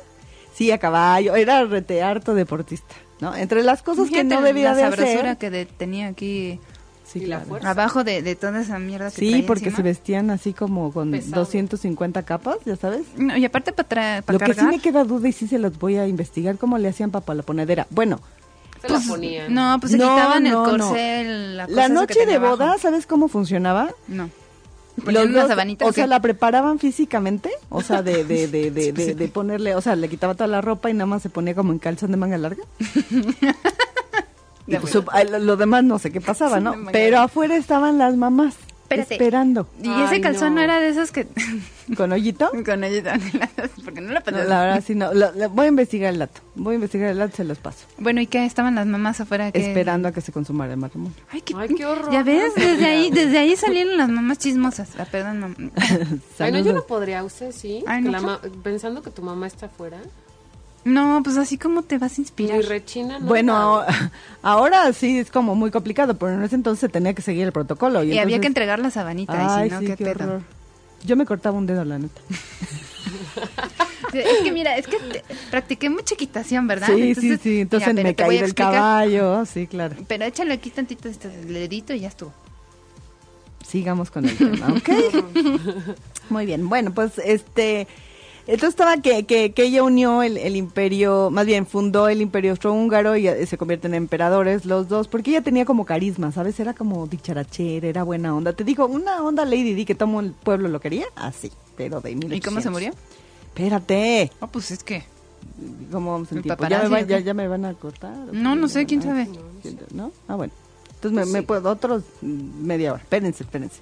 Speaker 4: Sí, a caballo, era rete harto deportista, ¿no? Entre las cosas que
Speaker 5: Fíjate
Speaker 4: no debía
Speaker 5: la
Speaker 4: de
Speaker 5: sabrosura
Speaker 4: hacer.
Speaker 5: que de- tenía aquí
Speaker 4: Sí,
Speaker 6: Y la
Speaker 4: claro.
Speaker 6: fuerza.
Speaker 5: abajo de, de toda esa mierda que
Speaker 4: Sí,
Speaker 5: traía
Speaker 4: porque se
Speaker 5: encima.
Speaker 4: vestían así como con
Speaker 6: Pesado.
Speaker 4: 250 capas, ya sabes.
Speaker 5: No, y aparte para
Speaker 4: Lo que
Speaker 5: cargar.
Speaker 4: sí me queda duda y sí se los voy a investigar, cómo le hacían papá la ponedera. Bueno,
Speaker 6: Se la ponían.
Speaker 5: No, pues se
Speaker 4: No,
Speaker 5: quitaban
Speaker 4: no,
Speaker 5: el
Speaker 4: no.
Speaker 5: corsé, el- la,
Speaker 4: la,
Speaker 5: cosa esa que
Speaker 4: noche de
Speaker 5: tenía abajo.
Speaker 4: boda, ¿sabes cómo funcionaba?
Speaker 5: No.
Speaker 4: Los
Speaker 5: Ponían una
Speaker 4: dos-
Speaker 5: sabanita.
Speaker 4: o
Speaker 5: qué?
Speaker 4: sea, la preparaban físicamente, o sea, de, de, de, de, de- de ponerle, o sea, le quitaba toda la ropa y nada más se ponía como en calzón de manga larga. Y
Speaker 5: De
Speaker 4: pues, su- a- lo, lo demás no sé qué pasaba,
Speaker 5: Calzón
Speaker 4: ¿no?
Speaker 5: de manga
Speaker 4: Pero
Speaker 5: larga.
Speaker 4: afuera estaban las mamás
Speaker 5: Espérate.
Speaker 4: esperando.
Speaker 5: Y
Speaker 6: Ay,
Speaker 5: ese calzón no
Speaker 6: no.
Speaker 5: era de esos que
Speaker 4: ¿Con hoyito?
Speaker 5: con ella porque no lo
Speaker 4: No,
Speaker 5: pasaba.
Speaker 4: la verdad sí no. Lo- lo- voy a investigar el dato. Voy a investigar el dato, se los paso.
Speaker 5: Bueno, ¿y qué? Estaban las mamás afuera que-
Speaker 4: Esperando a que se consumara el matrimonio.
Speaker 5: Ay, qué,
Speaker 6: Ay, qué horror.
Speaker 5: Ya ves, desde ahí, desde ahí salieron las mamás chismosas. Ah, perdón, mamá.
Speaker 6: Ay, no, yo no
Speaker 4: Saludos.
Speaker 6: podría, usted sí.
Speaker 5: Ay,
Speaker 6: que
Speaker 5: ¿no?
Speaker 6: la ma- pensando que tu mamá está afuera.
Speaker 5: No, pues así como te vas a
Speaker 6: Y
Speaker 5: inspirar.
Speaker 6: rechina, ¿no?
Speaker 4: Bueno,
Speaker 6: La-
Speaker 4: ahora, ahora sí es como muy complicado, pero en ese entonces se tenía que seguir el protocolo.
Speaker 5: Y había que
Speaker 4: entonces-
Speaker 5: entregar la sabanita, y
Speaker 4: Ay,
Speaker 5: si no,
Speaker 4: sí,
Speaker 5: qué,
Speaker 4: qué
Speaker 5: pedo.
Speaker 4: horror. Yo me cortaba un dedo, la neta.
Speaker 5: Es que mira, es que te- practiqué mucha equitación, ¿verdad?
Speaker 4: Sí, sí, sí. Entonces
Speaker 5: mira, pero
Speaker 4: me
Speaker 5: te voy
Speaker 4: caí
Speaker 5: a
Speaker 4: del
Speaker 5: explicar.
Speaker 4: caballo. Sí, claro.
Speaker 5: Pero échale aquí tantito este dedito y ya estuvo.
Speaker 4: Sigamos con el tema, ¿ok? Muy bien. Bueno, pues este. Entonces estaba que, que, que ella unió el, el imperio, más bien fundó el imperio austrohúngaro y eh, se convierten en emperadores los dos, porque ella tenía como carisma, ¿sabes? Era como dicharachera, era buena onda. Te digo, una onda Lady Di que todo el pueblo lo quería, así, pero de mil
Speaker 5: ¿Y cómo se murió?
Speaker 4: Espérate,
Speaker 5: Ah, pues es que.
Speaker 4: ¿cómo vamos en
Speaker 5: El
Speaker 4: tiempo? ¿Ya me,
Speaker 5: paparazzi,
Speaker 4: van-
Speaker 5: ¿o qué?
Speaker 4: ya, ya me van a cortar? ¿o
Speaker 5: No,
Speaker 4: qué?
Speaker 5: no sé, quién
Speaker 4: Ah,
Speaker 5: sabe. Pues
Speaker 4: ¿No? Ah, bueno. Entonces me, me puedo otros mm, media hora. Espérense, espérense.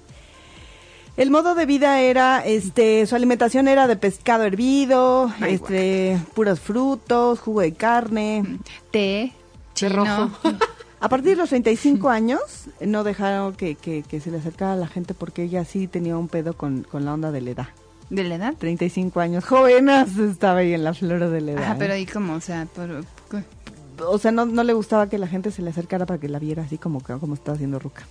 Speaker 4: El modo de vida era, este, su alimentación era de pescado hervido,
Speaker 5: Ay,
Speaker 4: este, puros frutos, jugo de carne.
Speaker 5: Té, chino.
Speaker 6: rojo.
Speaker 4: A partir de los 35 años, no dejaron que, que- que se le acercara a la gente porque ella sí tenía un pedo con, con la onda de la edad.
Speaker 5: ¿De la edad?
Speaker 4: 35 años, jovenas, estaba ahí en la flor de la edad.
Speaker 5: Ajá, pero
Speaker 4: ¿eh?
Speaker 5: ahí como, o sea, por- por-
Speaker 4: O sea, no, no le gustaba que la gente se le acercara para que la viera así como, que- como estaba haciendo ruca.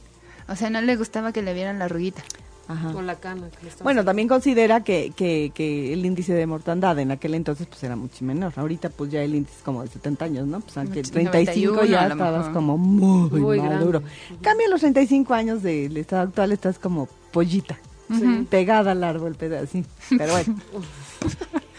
Speaker 5: o sea, no le gustaba que le vieran la arruguita.
Speaker 4: Ajá.
Speaker 6: O la cana. que le estaba
Speaker 4: Ah. Bueno,
Speaker 6: saliendo.
Speaker 4: también considera que, que, que el índice de mortandad en aquel entonces pues era mucho menor. Ahorita pues ya el índice es como de 70 años, ¿no? Pues aunque
Speaker 5: Sí,
Speaker 4: 35
Speaker 5: 91
Speaker 4: ya
Speaker 5: a lo
Speaker 4: estabas
Speaker 5: mejor.
Speaker 4: como muy,
Speaker 6: Muy
Speaker 4: maduro.
Speaker 6: grande.
Speaker 4: En Cambio a los 35 años del estado actual estás como pollita, pegada al árbol, pero así. Pero bueno.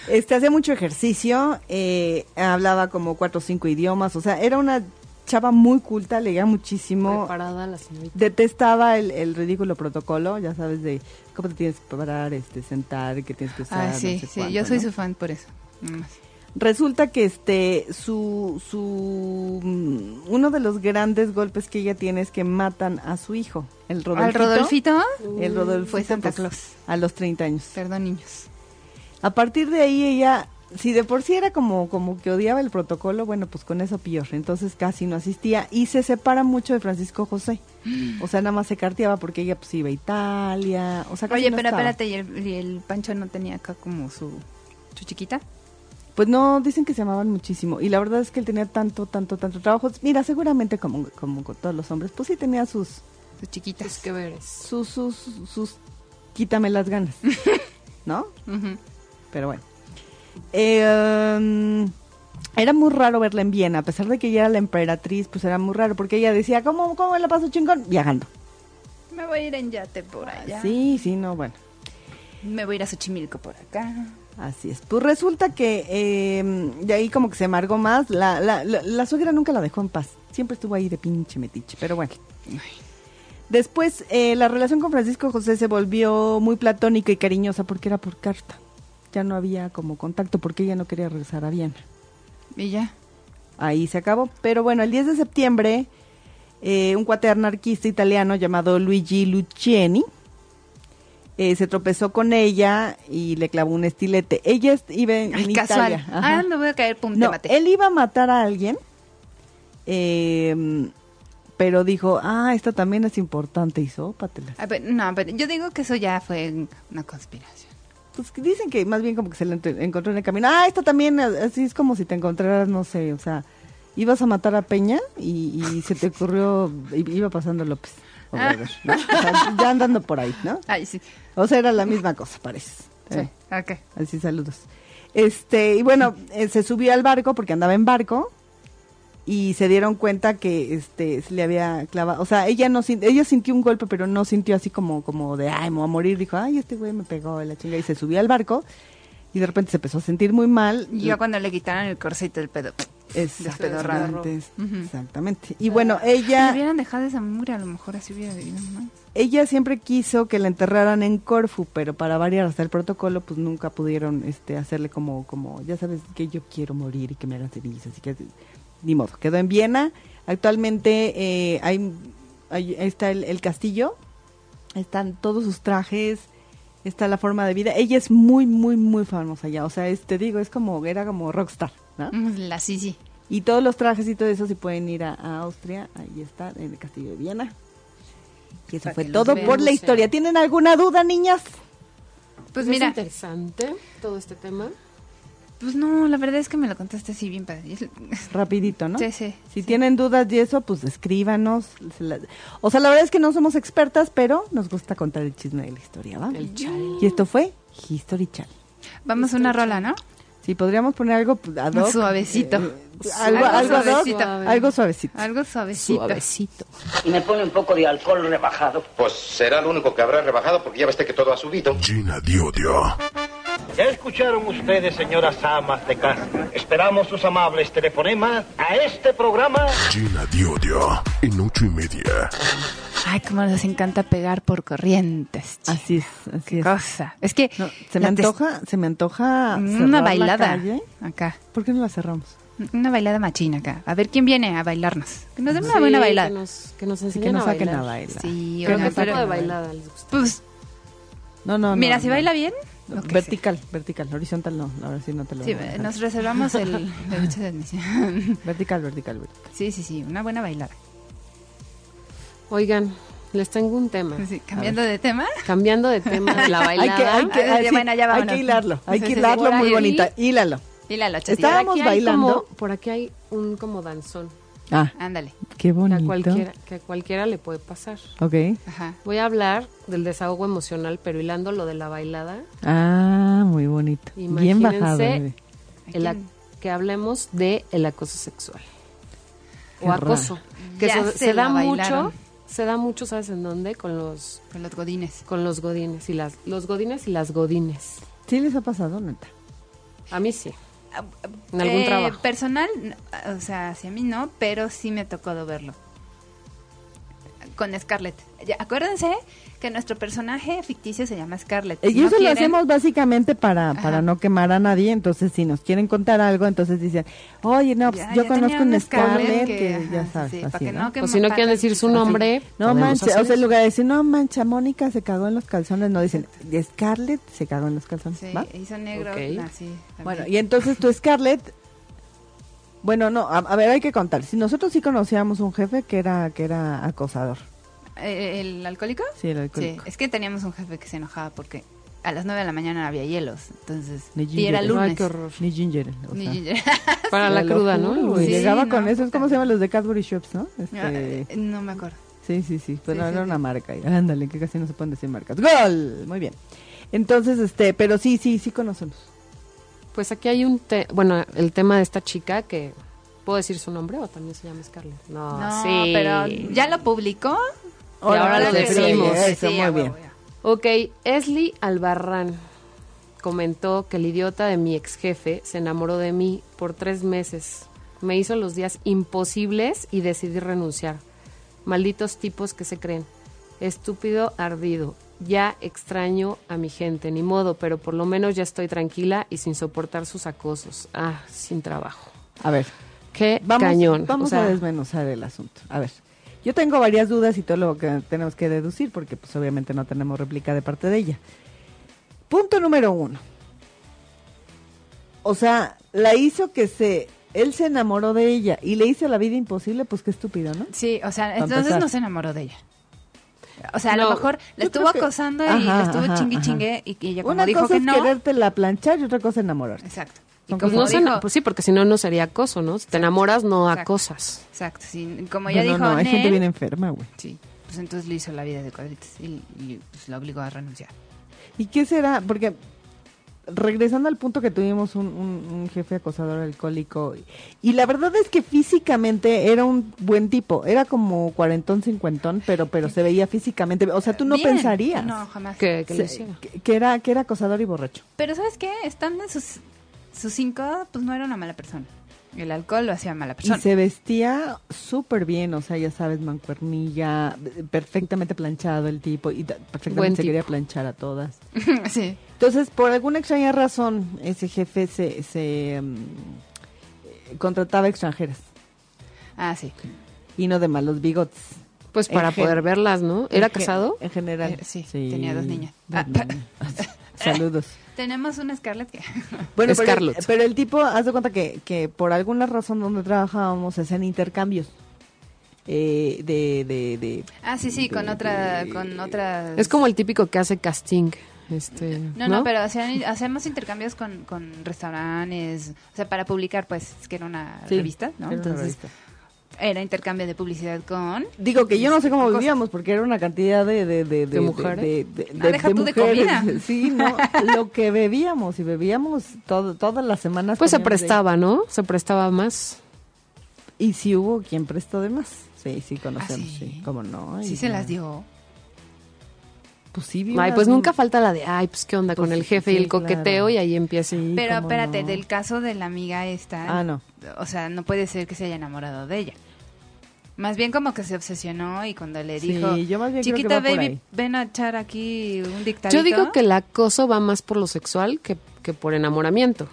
Speaker 4: Este, hacía mucho ejercicio, eh, hablaba como cuatro o cinco idiomas, o sea, era una chava muy culta, leía muchísimo,
Speaker 6: Preparada la señorita.
Speaker 4: Detestaba el, el ridículo protocolo, ya sabes, de cómo te tienes que parar, este, sentar, que tienes que usar.
Speaker 5: ah, sí,
Speaker 4: no sé
Speaker 5: sí,
Speaker 4: cuánto,
Speaker 5: yo soy
Speaker 4: ¿no?
Speaker 5: su fan por eso. nomás.
Speaker 4: Resulta que este, su, su, mm, uno de los grandes golpes que ella tiene es que matan a su hijo, el Rodolfito.
Speaker 5: Al Rodolfito,
Speaker 4: El Rodolfito,
Speaker 5: fue Santa
Speaker 4: pues,
Speaker 5: Claus.
Speaker 4: A los 30 años.
Speaker 5: Perdón, niños.
Speaker 4: A partir de ahí ella si de por sí era como, como que odiaba el protocolo, bueno, pues con eso peor. Entonces casi no asistía y se separa mucho de Francisco José. O sea, nada más se carteaba porque ella pues iba a Italia. O sea, casi
Speaker 5: Oye,
Speaker 4: no
Speaker 5: pero
Speaker 4: estaba.
Speaker 5: espérate, ¿y el, y el Pancho no tenía acá como su, su chiquita?
Speaker 4: Pues no, dicen que se amaban muchísimo. Y la verdad es que él tenía tanto, tanto, tanto trabajo. Mira, seguramente como, como con todos los hombres, pues sí tenía sus,
Speaker 5: Su chiquita.
Speaker 6: Pues que veres.
Speaker 4: sus, sus, sus, quítame las ganas. ¿No?
Speaker 5: Ujú.
Speaker 4: Pero bueno. Eh, um, era muy raro verla en Viena, a pesar de que ella era la emperatriz, pues era muy raro, porque ella decía, ¿cómo, cómo me la paso chingón? Viajando.
Speaker 5: Me voy a ir en yate por allá.
Speaker 4: Ah, Sí, sí, no, bueno.
Speaker 5: Me voy a ir a Xochimilco por acá.
Speaker 4: Así es. Pues resulta que eh, de ahí como que se amargó más. La, la, la- la suegra nunca la dejó en paz. Siempre estuvo ahí de pinche metiche, pero bueno. Después, eh, la relación con Francisco José se volvió muy platónica y cariñosa porque era por carta. Ya no había como contacto porque ella no quería regresar a Viena.
Speaker 5: Y ya.
Speaker 4: Ahí se acabó. Pero bueno, el 10 de septiembre, eh, un cuate anarquista italiano llamado Luigi Lucieni eh, se tropezó con ella y le clavó un estilete. Ella est- iba en,
Speaker 5: Ay,
Speaker 4: en
Speaker 5: casual.
Speaker 4: Italia. ajá.
Speaker 5: Ah, me voy a caer, pum, te
Speaker 4: No,
Speaker 5: maté.
Speaker 4: él iba a matar a alguien, eh, pero dijo, ah, esta también es importante y sópatela.
Speaker 5: A ver, no, Ah, pero yo digo que eso ya fue una conspiración.
Speaker 4: Pues que dicen que más bien como que se la entre- encontró en el camino. Ah, esta también, a- así es como si te encontraras, no sé, o sea, ibas a matar a Peña y, y se te ocurrió, i- iba pasando López. Obrador, ¿no? O sea, ya andando por ahí, ¿no?
Speaker 5: Ay, sí.
Speaker 4: O sea, era la misma cosa, parece.
Speaker 5: Sí,
Speaker 4: Eh,
Speaker 5: ok.
Speaker 4: Así, saludos. Este, y bueno, eh, se subió al barco porque andaba en barco y se dieron cuenta que este se le había clavado, o sea, ella no sin- ella sintió un golpe, pero no sintió así como como de ay, me voy a morir, dijo, "Ay, este güey me pegó de la chinga" y se subió al barco y de repente se empezó a sentir muy mal.
Speaker 5: Y yo cuando le quitaron el corsete del pedo. despedorrado.
Speaker 4: Exactamente.
Speaker 5: Ujú.
Speaker 4: Exactamente. Y bueno,
Speaker 5: Si
Speaker 4: ella
Speaker 5: hubieran dejado esa mugre, a lo mejor así hubiera vivido más.
Speaker 4: Ella siempre quiso que la enterraran en Corfu, pero para variar hasta el protocolo, pues nunca pudieron este, hacerle como, como, ya sabes que yo quiero morir y que me hagan cenizas, así que ni modo, quedó en Viena. Actualmente eh, hay, hay- está el, el castillo, están todos sus trajes, está la forma de vida. Ella es muy, muy, muy famosa ya, o sea, es- te digo, es como, era como rockstar, ¿no?
Speaker 5: La sí, sí.
Speaker 4: Y todos los trajes y todo eso, si pueden ir a, a Austria, ahí está, en el castillo de Viena. Y eso
Speaker 5: Para
Speaker 4: fue
Speaker 5: que los
Speaker 4: todo
Speaker 5: vean,
Speaker 4: por
Speaker 6: o
Speaker 4: la
Speaker 6: sea.
Speaker 4: historia. ¿Tienen alguna duda, niñas?
Speaker 5: Pues
Speaker 6: Es
Speaker 5: mira,
Speaker 6: interesante todo este tema.
Speaker 5: pues no, la verdad es que me lo contaste así bien padre.
Speaker 4: Rapidito, ¿no?
Speaker 5: Sí, sí,
Speaker 4: Si
Speaker 5: sí.
Speaker 4: tienen dudas de eso, pues escríbanos. Se la- O sea, la verdad es que no somos expertas, pero nos gusta contar el chisme de la historia, ¿va?
Speaker 6: El chal.
Speaker 4: Y esto fue History Chal.
Speaker 5: Vamos a una rola, ¿no?
Speaker 4: Si podríamos poner algo pues, ad hoc, Eh,
Speaker 5: Suavecito.
Speaker 4: algo,
Speaker 5: Algo
Speaker 4: algo ad hoc,
Speaker 5: suavecito.
Speaker 4: algo suavecito.
Speaker 5: Algo suavecito.
Speaker 8: y me pone un poco de alcohol rebajado.
Speaker 2: Pues será lo único que habrá rebajado porque ya ves que todo ha subido.
Speaker 1: Gina Diodio,
Speaker 9: Ya escucharon ustedes, señoras amas de casa. Esperamos sus amables telefonemas a este programa.
Speaker 1: Gina Diodio, en ocho y media.
Speaker 5: Ay, cómo nos encanta pegar por corrientes. chico.
Speaker 4: Así es, así
Speaker 5: Qué
Speaker 4: es.
Speaker 5: cosa. Es que
Speaker 4: No, se me
Speaker 5: la tes-
Speaker 4: antoja, Mm, se me antoja cerrar
Speaker 5: una
Speaker 4: la
Speaker 5: bailada
Speaker 4: calle.
Speaker 5: acá.
Speaker 4: ¿Por qué no la cerramos?
Speaker 5: Una bailada machina acá. A ver quién viene a bailarnos. Que nos den una
Speaker 6: Sí,
Speaker 5: buena
Speaker 6: Que
Speaker 5: bailada.
Speaker 6: nos, que nos
Speaker 4: Así
Speaker 6: enseñen
Speaker 4: que no
Speaker 6: a
Speaker 4: saquen
Speaker 6: bailar.
Speaker 4: la baila.
Speaker 5: Sí,
Speaker 6: Pero
Speaker 5: oigan,
Speaker 6: qué tipo
Speaker 5: pero-
Speaker 6: de bailada les gusta.
Speaker 5: Pues,
Speaker 4: No, no, no,
Speaker 5: mira, si
Speaker 4: no.
Speaker 5: baila bien, lo que sea.
Speaker 4: vertical, vertical, horizontal no, ahora sí no te lo
Speaker 5: Sí,
Speaker 4: voy a
Speaker 5: eh,
Speaker 4: dejar.
Speaker 5: nos reservamos el derecho de admisión.
Speaker 4: Vertical, vertical, vertical.
Speaker 5: Sí, sí, sí, una buena bailada.
Speaker 6: Oigan, les tengo un tema.
Speaker 5: Sí, cambiando de tema,
Speaker 6: Cambiando de tema, la
Speaker 4: Hay
Speaker 6: bailada.
Speaker 4: que, hay que,
Speaker 5: Ah,
Speaker 4: hay,
Speaker 5: ya,
Speaker 4: sí,
Speaker 5: bueno, ya
Speaker 4: hay
Speaker 5: vámonos.
Speaker 4: que hilarlo, hay
Speaker 5: Sí,
Speaker 4: que
Speaker 5: sí, sí.
Speaker 4: hilarlo muy
Speaker 5: Por ahí.
Speaker 4: bonita, hílalo.
Speaker 5: y la locha.
Speaker 4: Está- Estábamos
Speaker 6: Por aquí hay
Speaker 4: bailando.
Speaker 6: como- por aquí hay un como danzón
Speaker 4: Ah,
Speaker 5: Ándale.
Speaker 4: qué
Speaker 6: que a,
Speaker 4: bonito.
Speaker 6: cualquiera, que a cualquiera le puede pasar.
Speaker 4: Ok.
Speaker 5: Ajá.
Speaker 6: Voy a hablar del desahogo emocional, pero hilando lo de la bailada,
Speaker 4: Ah, muy bonito. Bien
Speaker 6: Imagínense.
Speaker 4: bajado. bebé.
Speaker 6: el ac-
Speaker 5: quién?
Speaker 6: que hablemos de el acoso sexual
Speaker 4: Qué
Speaker 6: o acoso, que
Speaker 5: Ya
Speaker 6: se,
Speaker 5: se
Speaker 6: se da
Speaker 5: la bailaron.
Speaker 6: mucho, se da mucho, ¿sabes en dónde? Con los
Speaker 5: Con los godines.
Speaker 6: con los godines y las los godines y las godines.
Speaker 4: ¿Sí les ha pasado, neta?
Speaker 6: A mí sí.
Speaker 5: Ah, ah,
Speaker 6: En algún trabajo.
Speaker 5: Personal, n- ah, o sea, hacia mí no, pero sí me ha tocado verlo. Con Scarlett. ya, acuérdense que nuestro personaje ficticio se llama Scarlett.
Speaker 4: Eh, Y
Speaker 5: Si no
Speaker 4: eso lo
Speaker 5: quieren-
Speaker 4: hacemos básicamente para,
Speaker 5: Ajá.
Speaker 4: para no quemar a nadie. Entonces, si nos quieren contar algo, entonces dicen, oye, no, pues
Speaker 5: Ya,
Speaker 4: yo
Speaker 5: ya
Speaker 4: conozco
Speaker 5: tenía
Speaker 4: un
Speaker 5: una
Speaker 4: Scarlett,
Speaker 5: Scarlett
Speaker 4: que,
Speaker 5: que, ajá,
Speaker 4: ya sabes,
Speaker 5: sí, para
Speaker 4: así,
Speaker 5: que
Speaker 4: ¿no? Eh,
Speaker 5: no que
Speaker 6: O Pues si no
Speaker 5: mata-
Speaker 6: quieren decir su nombre,
Speaker 4: No
Speaker 6: podemos
Speaker 4: mancha,
Speaker 6: hacer
Speaker 4: o sea, en
Speaker 6: eso.
Speaker 4: lugar de decir, no mancha, Mónica se cagó en los calzones, no dicen, Scarlett se cagó en los calzones,
Speaker 5: Sí,
Speaker 4: ¿va?
Speaker 5: hizo negro.
Speaker 6: Ok.
Speaker 5: ah, sí, también.
Speaker 4: Bueno, y entonces tu Scarlett, bueno, no, a, a ver, hay que contar. Si nosotros sí conocíamos un jefe que era que era acosador,
Speaker 5: Eh, ¿El alcohólico?
Speaker 4: sí, el alcohólico.
Speaker 5: Sí, es que teníamos un jefe que se enojaba porque a las 9 de la mañana había hielos. Entonces,
Speaker 4: Ni
Speaker 5: y era
Speaker 4: ginger.
Speaker 5: lunes.
Speaker 6: Ay, qué horror.
Speaker 4: Ni Ginger. o
Speaker 5: Ni
Speaker 4: sea,
Speaker 5: ginger.
Speaker 6: para
Speaker 4: te
Speaker 6: la
Speaker 4: lo
Speaker 6: cruda, ¿no?
Speaker 4: juro,
Speaker 6: Güey.
Speaker 4: y llegaba con
Speaker 5: no,
Speaker 4: esos, ¿cómo
Speaker 5: puta.
Speaker 4: se llaman los de Cadbury Shops, no? Este,
Speaker 5: Eh, no me acuerdo.
Speaker 4: Sí, sí, sí. Pero
Speaker 5: Sí,
Speaker 4: era
Speaker 5: sí,
Speaker 4: una
Speaker 5: sí.
Speaker 4: marca. y Ándale, que casi no se pueden decir marcas. ¡Gol! Muy bien. Entonces, este, pero sí, sí, sí conocemos.
Speaker 6: Pues aquí hay un te- bueno, el tema de esta chica que ¿puedo decir su nombre o también se llama Scarlett? No,
Speaker 5: No,
Speaker 6: Ah, sí.
Speaker 5: pero ya lo publicó.
Speaker 6: Ahora
Speaker 5: ahora
Speaker 6: lo
Speaker 5: que
Speaker 6: decimos.
Speaker 5: sí,
Speaker 4: Eso,
Speaker 5: a
Speaker 4: muy
Speaker 5: huevo,
Speaker 4: bien.
Speaker 5: ya.
Speaker 6: Ok, Esli Albarrán comentó que el idiota de mi ex jefe se enamoró de mí por tres meses. Me hizo los días imposibles y decidí renunciar. Malditos tipos que se creen. Estúpido ardido. Ya extraño a mi gente, ni modo, pero por lo menos ya estoy tranquila y sin soportar sus acosos. Ah, sin trabajo.
Speaker 4: A ver,
Speaker 6: Qué
Speaker 4: vamos,
Speaker 6: Eh, cañón.
Speaker 4: vamos
Speaker 6: O sea,
Speaker 4: a desmenuzar el asunto. A ver, yo tengo varias dudas y todo lo que tenemos que deducir porque pues obviamente no tenemos réplica de parte de ella. Punto número uno. O sea, la hizo que se... Él se enamoró de ella y le hizo la vida imposible, pues qué estúpido, ¿no?
Speaker 5: Sí, o sea,
Speaker 4: Para
Speaker 5: entonces
Speaker 4: empezar.
Speaker 5: no se enamoró de ella. O sea, a lo
Speaker 6: No,
Speaker 5: mejor la
Speaker 4: yo
Speaker 5: estuvo
Speaker 4: creo que-
Speaker 5: acosando y
Speaker 4: Ajá,
Speaker 5: la estuvo
Speaker 4: ajá,
Speaker 5: chingue
Speaker 4: ajá.
Speaker 5: chingue y, y ella como
Speaker 4: Una
Speaker 5: dijo
Speaker 4: cosa
Speaker 5: que
Speaker 4: es
Speaker 5: no.
Speaker 4: querértela planchar y otra cosa enamorarte.
Speaker 5: Exacto. Y
Speaker 4: Son
Speaker 5: como
Speaker 6: pues no se-
Speaker 5: dijo,
Speaker 6: pues sí, porque si no, no sería acoso, ¿no? Si te enamoras, no
Speaker 5: Exacto.
Speaker 6: acosas.
Speaker 5: exacto, sí, como ella
Speaker 4: no,
Speaker 5: dijo,
Speaker 4: no, no, hay gente
Speaker 5: Nel,
Speaker 4: bien enferma, güey.
Speaker 5: sí, pues entonces le hizo la vida de cuadritos y, y, pues la obligó a renunciar.
Speaker 4: ¿Y qué será? Porque regresando al punto que tuvimos un, un- un jefe acosador alcohólico, y, y la verdad es que físicamente era un buen tipo, era como cuarentón, cincuentón, pero, pero se veía físicamente, o sea, tú no
Speaker 5: Bien.
Speaker 4: pensarías
Speaker 5: No, jamás.
Speaker 6: Que, que lo
Speaker 4: se-
Speaker 6: hiciera.
Speaker 4: que, que era, que era acosador y borracho.
Speaker 5: Pero ¿sabes qué? Estando en sus, sus cinco, pues no era una mala persona. El alcohol lo hacía mala
Speaker 4: Y
Speaker 5: persona.
Speaker 4: se vestía súper bien, o sea, ya sabes, mancuernilla, perfectamente planchado el tipo, y ta- perfectamente
Speaker 6: Buen
Speaker 4: se
Speaker 6: tipo.
Speaker 4: quería planchar a todas.
Speaker 5: sí.
Speaker 4: Entonces, por alguna extraña razón, ese jefe se, se, mm, eh, contrataba extranjeras
Speaker 5: Ah, sí.
Speaker 4: y no de malos bigotes.
Speaker 6: Pues
Speaker 4: En
Speaker 6: para
Speaker 4: gen-
Speaker 6: poder verlas, ¿no? ¿Era
Speaker 4: En gen-
Speaker 6: casado?
Speaker 4: En general.
Speaker 5: Eh, sí, tenía dos niñas.
Speaker 4: dos
Speaker 5: Ah.
Speaker 4: niñas. Saludos.
Speaker 5: Tenemos una Scarlett que...
Speaker 4: Bueno, pero, el-
Speaker 6: Scarlett.
Speaker 4: pero el tipo, haz de cuenta que, que por alguna razón donde trabajábamos hacían intercambios eh, de, de, de-
Speaker 5: ah, sí, sí, con otra... Con otra...
Speaker 6: Es como el típico que hace casting. Este,
Speaker 5: No, no, pero hacían- hacemos intercambios con, con restaurantes, o sea, para publicar, pues, es que era una
Speaker 4: Sí,
Speaker 5: revista,
Speaker 4: era
Speaker 5: ¿no?
Speaker 4: una
Speaker 5: Entonces,
Speaker 4: revista.
Speaker 5: era intercambio de publicidad con...
Speaker 4: Digo que yo no sé cómo
Speaker 5: Cosas.
Speaker 4: vivíamos porque era una cantidad de de de de-
Speaker 6: mujeres?
Speaker 4: de- de-
Speaker 5: Ah,
Speaker 4: de-
Speaker 5: deja
Speaker 4: de
Speaker 5: tú de
Speaker 4: mujeres.
Speaker 5: comida.
Speaker 4: Sí, no, lo que bebíamos y bebíamos todo todas las semanas.
Speaker 6: Pues se
Speaker 4: comíamos de-
Speaker 6: prestaba, ¿no? Se prestaba más.
Speaker 4: Y si hubo quien prestó de más. Sí, sí conocemos,
Speaker 5: ¿Ah, sí?
Speaker 4: sí. ¿Cómo no?
Speaker 5: Sí
Speaker 4: y
Speaker 5: se
Speaker 4: ya.
Speaker 5: las dio.
Speaker 4: Pues sí, vi
Speaker 6: Ay,
Speaker 4: unas
Speaker 6: pues
Speaker 4: muy-
Speaker 6: nunca falta la de, ay, pues qué onda
Speaker 4: Pues
Speaker 6: con el
Speaker 4: sí,
Speaker 6: jefe y
Speaker 4: sí,
Speaker 6: el coqueteo
Speaker 4: claro.
Speaker 6: y ahí empieza.
Speaker 4: Sí,
Speaker 5: Pero
Speaker 4: cómo
Speaker 5: espérate,
Speaker 4: no.
Speaker 5: del caso de la amiga esta,
Speaker 4: Ah, no.
Speaker 5: o sea, no puede ser que se haya enamorado de ella. Más bien como que se obsesionó y cuando le
Speaker 4: Sí,
Speaker 5: dijo,
Speaker 4: yo más bien creo que
Speaker 5: chiquita
Speaker 4: va por
Speaker 5: baby,
Speaker 4: ahí".
Speaker 5: ven a echar aquí un dictadito.
Speaker 6: Yo digo que el acoso va más por lo sexual que, que por enamoramiento.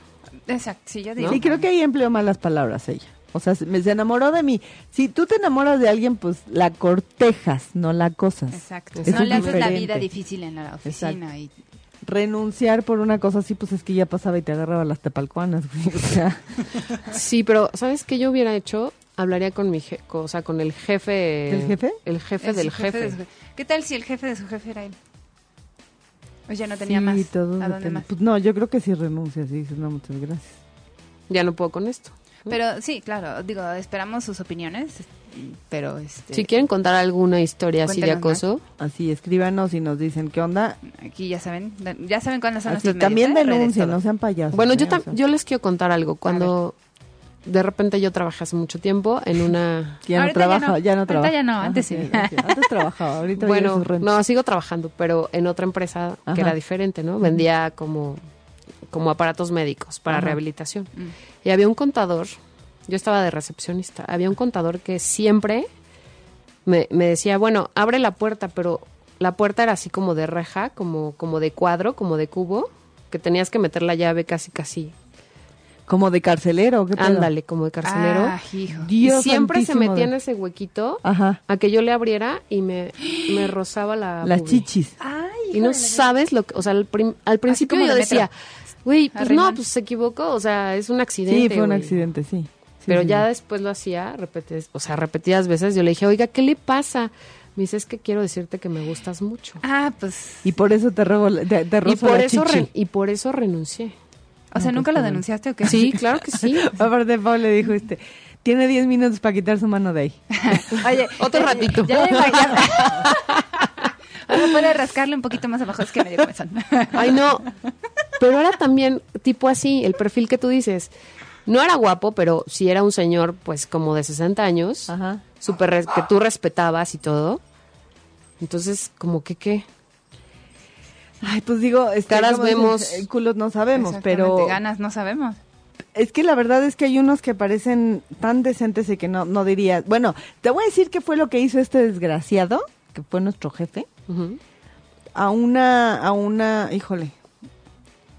Speaker 5: Exacto, sí, yo digo.
Speaker 4: Sí, creo que
Speaker 5: también.
Speaker 4: ahí empleó malas palabras ella. O sea, se- me- se enamoró de mí. Si tú te enamoras de alguien, pues la cortejas, no la cosas.
Speaker 5: Exacto.
Speaker 4: Eso
Speaker 5: no
Speaker 4: es
Speaker 5: le haces la
Speaker 4: diferente.
Speaker 5: vida difícil en la oficina. Y...
Speaker 4: Renunciar por una cosa así, pues es que ya pasaba y te agarraba las tepalcuanas, güey. O sea,
Speaker 6: Sí, pero ¿sabes qué yo hubiera hecho? Hablaría con mi je- co- o sea, con el jefe.
Speaker 4: ¿Del jefe?
Speaker 6: El jefe
Speaker 5: Es
Speaker 6: del
Speaker 5: su
Speaker 6: jefe.
Speaker 5: de su jefe. ¿Qué tal si el jefe de su jefe era él? Pues ya no tenía
Speaker 4: sí,
Speaker 5: más.
Speaker 4: todo
Speaker 5: ¿A dónde
Speaker 4: depende.
Speaker 5: más?
Speaker 4: Pues no, yo creo que sí renuncias y dices, no, muchas gracias.
Speaker 6: Ya no puedo con esto.
Speaker 5: Pero sí, claro, digo, esperamos sus opiniones, pero este,
Speaker 6: Si quieren contar alguna historia así de
Speaker 5: Cuéntenos más.
Speaker 6: acoso,
Speaker 4: Así, escríbanos y nos dicen qué onda.
Speaker 5: aquí ya saben, ya saben cuándo son
Speaker 4: Así,
Speaker 5: nuestros
Speaker 4: también
Speaker 5: medios, ¿eh? Redes,
Speaker 4: denuncien,
Speaker 5: todo.
Speaker 4: no sean payasos.
Speaker 6: Bueno, yo,
Speaker 4: ¿eh?
Speaker 6: tam-
Speaker 4: O sea,
Speaker 6: yo les quiero contar algo. Cuando de repente yo trabajé hace mucho tiempo en una...
Speaker 4: que ya no
Speaker 5: Ahorita ya
Speaker 4: trabaja,
Speaker 5: no.
Speaker 4: ya no
Speaker 5: Ahorita
Speaker 4: trabaja.
Speaker 5: ya no,
Speaker 4: Ah,
Speaker 5: antes sí.
Speaker 4: Antes trabajaba, ahorita
Speaker 6: bueno,
Speaker 4: vive sus rentas.
Speaker 6: no, sigo trabajando, pero en otra empresa
Speaker 4: Ajá.
Speaker 6: que era diferente, ¿no? Vendía como, como aparatos médicos para
Speaker 4: Ajá. Mm.
Speaker 6: rehabilitación. Y había un contador, yo estaba de recepcionista, había un contador que siempre me, me decía, bueno, abre la puerta, pero la puerta era así como de reja, como, como de cuadro, como de cubo, que tenías que meter la llave casi casi.
Speaker 4: Como de carcelero, ¿qué pedo?
Speaker 6: Ándale, como de carcelero.
Speaker 5: Ah, hijo.
Speaker 4: Dios
Speaker 6: y siempre se
Speaker 4: santísimo de-
Speaker 6: metía en ese huequito
Speaker 4: Ajá.
Speaker 6: a que yo le abriera y me, me rozaba la
Speaker 4: Las
Speaker 6: boobie.
Speaker 4: chichis.
Speaker 6: Y no sabes lo que, o sea, al, prim- al principio
Speaker 5: como
Speaker 6: yo
Speaker 5: de
Speaker 6: decía, güey, pues
Speaker 5: Arrimón.
Speaker 6: no, pues se equivocó, o sea, es un accidente.
Speaker 4: Sí, fue un
Speaker 6: güey".
Speaker 4: accidente, sí. Sí,
Speaker 6: Pero
Speaker 4: sí,
Speaker 6: ya
Speaker 4: sí.
Speaker 6: después lo hacía, repetidas, o sea, repetidas veces, yo le dije, oiga, ¿qué le pasa? Me dice, es que quiero decirte que me gustas mucho.
Speaker 5: Ah, pues.
Speaker 4: Y por eso te robo, la- te, te
Speaker 6: Y
Speaker 4: rozo
Speaker 6: por,
Speaker 4: la
Speaker 6: eso
Speaker 4: chichi.
Speaker 6: re- y por eso renuncié.
Speaker 5: O sea, ¿nunca lo denunciaste o qué?
Speaker 6: Sí, claro que sí.
Speaker 4: Aparte, Pau le dijo este, tiene 10 minutos para quitar su mano de ahí.
Speaker 5: Oye,
Speaker 6: Otro ratito.
Speaker 5: Ya, ya, Bueno, puede rascarle un poquito más abajo, es que me dio comezón.
Speaker 6: Ay, no. Pero era también tipo así, el perfil que tú dices. No era guapo, pero sí era un señor, pues como de 60 años,
Speaker 4: Ajá.
Speaker 6: súper res- que tú respetabas y todo. Entonces, como que qué.
Speaker 4: Ay, pues digo, este,
Speaker 6: Caras
Speaker 4: como dices,
Speaker 6: vemos.
Speaker 4: eh, culos no sabemos,
Speaker 5: Exactamente,
Speaker 4: pero
Speaker 5: ganas, no sabemos.
Speaker 4: es que la verdad es que hay unos que parecen tan decentes y que no, no dirías. Bueno, te voy a decir qué fue lo que hizo este desgraciado, que fue nuestro jefe,
Speaker 6: Ujú.
Speaker 4: a una, a una, híjole,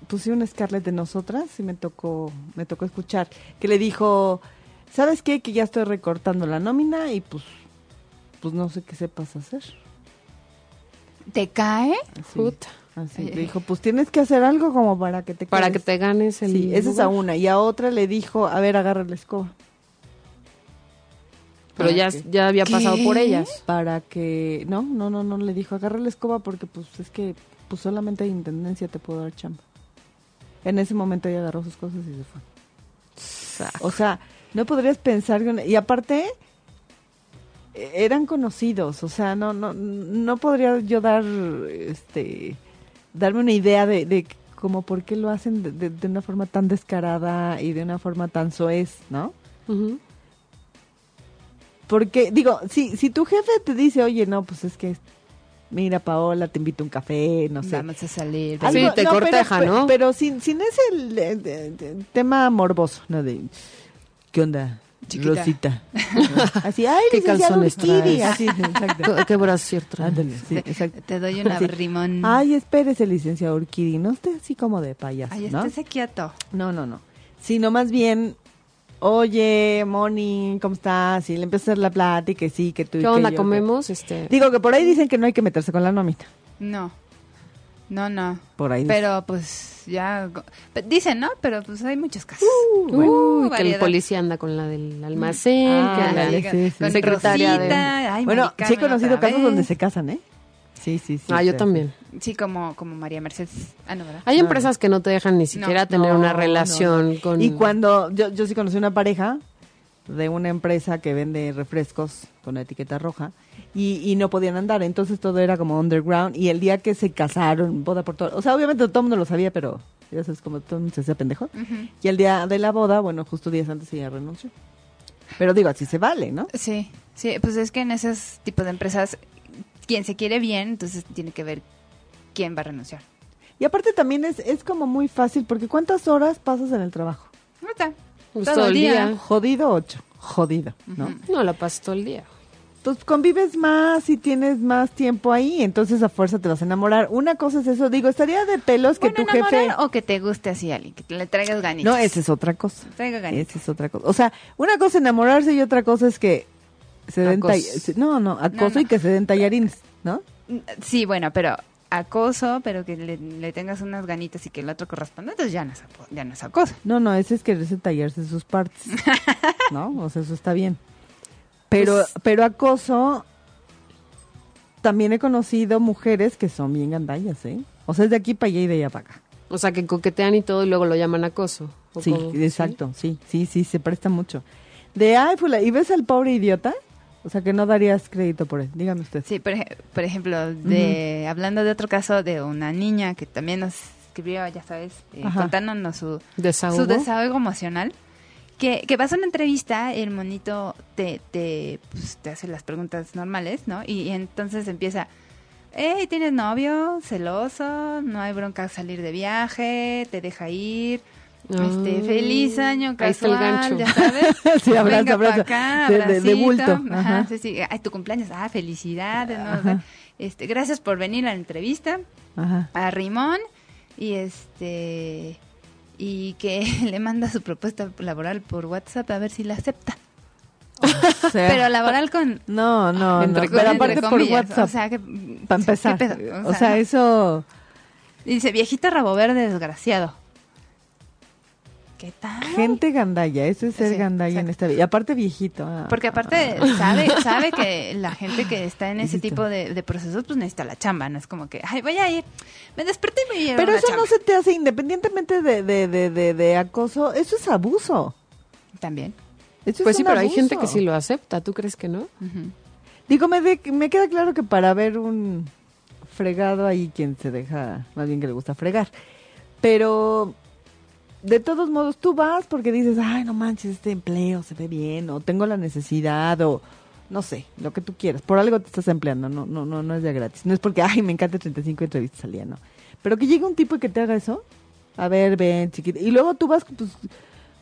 Speaker 4: puse una Scarlett de nosotras y me tocó, me tocó escuchar, que le dijo, ¿sabes qué? Que ya estoy recortando la nómina y pues, pues no sé qué sepas hacer.
Speaker 5: ¿Te cae?
Speaker 4: Así,
Speaker 6: Puta.
Speaker 4: así.
Speaker 5: Ay,
Speaker 4: Le
Speaker 5: ay.
Speaker 4: dijo, pues tienes que hacer algo como para que te
Speaker 6: Para que
Speaker 4: quedes".
Speaker 6: te ganes el.
Speaker 4: Pues, Sí, esa es a
Speaker 6: lugar.
Speaker 4: una. Y a otra le dijo, a ver, agarra la escoba.
Speaker 6: Pero ya, ya había
Speaker 5: ¿Qué?
Speaker 6: pasado
Speaker 4: ¿Eh?
Speaker 6: por ellas.
Speaker 4: Para que... No, no, no, no, le dijo, agarra la escoba porque pues es que pues solamente de intendencia te puedo dar chamba. En ese momento ella agarró sus cosas y se fue. O sea, no podrías pensar... que una- Y aparte, eh, eran conocidos. O sea, no, no, no podría yo dar, este... Darme una idea de... de como por qué lo hacen de, de- de una forma tan descarada y de una forma tan soez, ¿no?
Speaker 6: Ujú.
Speaker 4: Porque, digo, si, si tu jefe te dice, oye, no, pues es que, mira, Paola, te invito a un café, no sé.
Speaker 5: Vamos a salir.
Speaker 6: Sí, te
Speaker 4: pero-
Speaker 6: corteja,
Speaker 4: pe-
Speaker 6: ¿no?
Speaker 4: Pero sin, sin ese eh, de- de- tema morboso, ¿no? De, ¿qué onda?
Speaker 5: Chiquita.
Speaker 4: Rosita. así, ay,
Speaker 6: ¿Qué
Speaker 4: licenciado
Speaker 6: calzones
Speaker 4: Urquidi.
Speaker 6: traes?
Speaker 4: Así, exacto.
Speaker 6: Qué- Qué brazo traes.
Speaker 4: Ándale, sí, exacto.
Speaker 5: Te doy un
Speaker 4: Así,
Speaker 5: abrimón.
Speaker 4: Ay, espérese, licenciado Urquidi, no esté así como de payaso,
Speaker 5: Ay,
Speaker 4: ¿no?
Speaker 5: estés quieto.
Speaker 4: No, no, no. Sino más bien, oye, Moni, ¿cómo estás? Y le empieza a hacer la plática y sí, que tú y
Speaker 6: ¿Qué
Speaker 4: que
Speaker 6: onda?
Speaker 4: yo,
Speaker 6: ¿Comemos? Este.
Speaker 4: que- Digo que por ahí dicen que no hay que meterse con la nómina.
Speaker 5: No. No, no.
Speaker 4: Por ahí dicen.
Speaker 5: Pero pues ya. go- pe- Dicen, ¿no? Pero pues hay muchos casos.
Speaker 6: Uy, que el
Speaker 5: variedad.
Speaker 6: policía anda con la del almacén,
Speaker 4: Ah,
Speaker 6: que la-
Speaker 4: ándale.
Speaker 5: Ándale,
Speaker 4: sí, sí.
Speaker 5: con
Speaker 6: Secretaria de-
Speaker 5: Rosita, ay,
Speaker 4: bueno,
Speaker 5: Mari
Speaker 4: sí he
Speaker 5: Carmen
Speaker 4: conocido
Speaker 5: otra
Speaker 4: casos
Speaker 5: vez.
Speaker 4: donde se casan, ¿eh? Sí, sí, sí.
Speaker 6: Ah, yo
Speaker 4: sí.
Speaker 6: también.
Speaker 5: Sí, como, como María Mercedes. Ah, no, ¿verdad?
Speaker 6: Hay empresas que no te dejan ni siquiera
Speaker 5: No.
Speaker 6: tener
Speaker 4: No,
Speaker 6: una
Speaker 4: no,
Speaker 6: relación
Speaker 4: no.
Speaker 6: con...
Speaker 4: Y cuando yo, yo sí conocí una pareja de una empresa que vende refrescos con etiqueta roja y, y no podían andar, entonces todo era como underground y el día que se casaron, boda por todo, o sea, obviamente todo el mundo lo sabía, pero ya sabes como todo el mundo se hacía pendejo. Y el día de la boda, bueno, justo días antes ella renunció. Pero digo, así se vale, ¿no?
Speaker 5: Sí, sí, pues es que en esos tipos de empresas, quien se quiere bien, entonces tiene que ver quién va a renunciar.
Speaker 4: Y aparte también es, es como muy fácil, porque ¿cuántas horas pasas en el trabajo?
Speaker 5: ¿Cómo está?
Speaker 6: Pues todo el día.
Speaker 4: Jodido ocho, jodido, ¿no?
Speaker 6: No, la pasas todo el día.
Speaker 4: Pues convives más y tienes más tiempo ahí, entonces a fuerza te vas a enamorar. Una cosa es eso, digo, estaría de pelos que
Speaker 5: Bueno,
Speaker 4: tu jefe...
Speaker 5: enamorar o que te guste así a alguien, que te le traigas ganitas.
Speaker 4: No, esa es otra cosa.
Speaker 5: Traigo ganitas.
Speaker 4: Esa es otra cosa. O sea, una cosa es enamorarse y otra cosa es que se den...
Speaker 6: Acoso.
Speaker 4: tall- se- No, no, acoso
Speaker 5: no.
Speaker 4: y que se den tallarines, ¿no?
Speaker 5: Sí, bueno, pero acoso, pero que le, le tengas unas ganitas y que el otro corresponda, entonces ya no es, apo- ya no es acoso.
Speaker 4: No, no, ese es quererse tallarse sus partes, ¿no? O sea, eso está bien. Pero,
Speaker 5: Pues
Speaker 4: pero acoso... También he conocido mujeres que son bien gandallas, ¿eh? O sea, es de aquí para allá y de allá para acá.
Speaker 6: O sea, que coquetean y todo y luego lo llaman acoso. ¿o
Speaker 4: Sí,
Speaker 6: cómo?
Speaker 4: exacto, sí, sí, sí, se presta mucho. De ay, fula, ¿y ves al pobre idiota? O sea, que no darías crédito por él, dígame usted.
Speaker 5: Sí, por, ej- por ejemplo, de hablando de otro caso de una niña que también nos escribió, ya sabes, eh,
Speaker 4: Ajá.
Speaker 5: contándonos su
Speaker 6: ¿Desahogo?
Speaker 5: su desahogo emocional. Que, que vas a una entrevista, el monito te, te, pues, te hace las preguntas normales, ¿no? Y, y entonces empieza, hey, ¿tienes novio? ¿Celoso? ¿No hay bronca salir de viaje? ¿Te deja ir? Este, feliz año
Speaker 6: Ah. Ahí está el
Speaker 5: casual,
Speaker 6: gancho.
Speaker 5: ya sabes.
Speaker 4: Sí, abraza,
Speaker 5: Venga
Speaker 4: abraza.
Speaker 5: pa' acá,
Speaker 4: De- de- de
Speaker 5: abracito.
Speaker 4: bulto.
Speaker 5: Ajá,
Speaker 4: Ajá. Ah,
Speaker 5: sí, sí. Ay, tu cumpleaños. Ah, felicidades. ¿no? Este, gracias por venir a la entrevista.
Speaker 4: Ajá.
Speaker 5: a Rimón y este y que le manda su propuesta laboral por WhatsApp a ver si la acepta.
Speaker 4: O sea,
Speaker 5: Pero laboral con
Speaker 4: no, Eh. no,
Speaker 6: Entre
Speaker 4: no. Pero
Speaker 5: con-
Speaker 4: aparte
Speaker 5: entre
Speaker 4: por
Speaker 5: comillas,
Speaker 4: WhatsApp.
Speaker 5: o sea, que
Speaker 4: para empezar.
Speaker 5: ¿qué pedo?
Speaker 4: o sea, eso.
Speaker 5: dice viejito rabo verde desgraciado. ¿Qué tal?
Speaker 4: Gente gandalla, eso es ser
Speaker 5: Sí,
Speaker 4: gandalla en
Speaker 5: exacto.
Speaker 4: esta vida. Y aparte viejito. ah.
Speaker 5: Porque aparte sabe, sabe que la gente que está en ese
Speaker 4: Viejito.
Speaker 5: tipo de, de procesos pues necesita la chamba, no es como que, ay, voy a ir, me desperté y me dieron
Speaker 4: Ah. Pero
Speaker 5: una
Speaker 4: eso no
Speaker 5: chamba".
Speaker 4: se te hace independientemente de, de, de, de, de acoso, eso es abuso.
Speaker 5: También.
Speaker 4: Eso
Speaker 6: Pues
Speaker 4: es
Speaker 6: sí,
Speaker 4: un
Speaker 6: pero hay
Speaker 4: abuso.
Speaker 6: gente que sí lo acepta. ¿Tú crees que no?
Speaker 5: Ujú.
Speaker 4: Digo, me, de- me queda claro que para ver un fregado ahí quien se deja, más bien que le gusta fregar. Pero de todos modos tú vas porque dices, ay, no manches, este empleo se ve bien, o tengo la necesidad, o no sé, lo que tú quieras. Por algo te estás empleando, no, no, no, no es de gratis. No es porque, ay, me encanta 35 entrevistas al día, no. Pero que llegue un tipo y que te haga eso, a ver, ven, chiquito. Y luego tú vas, pues,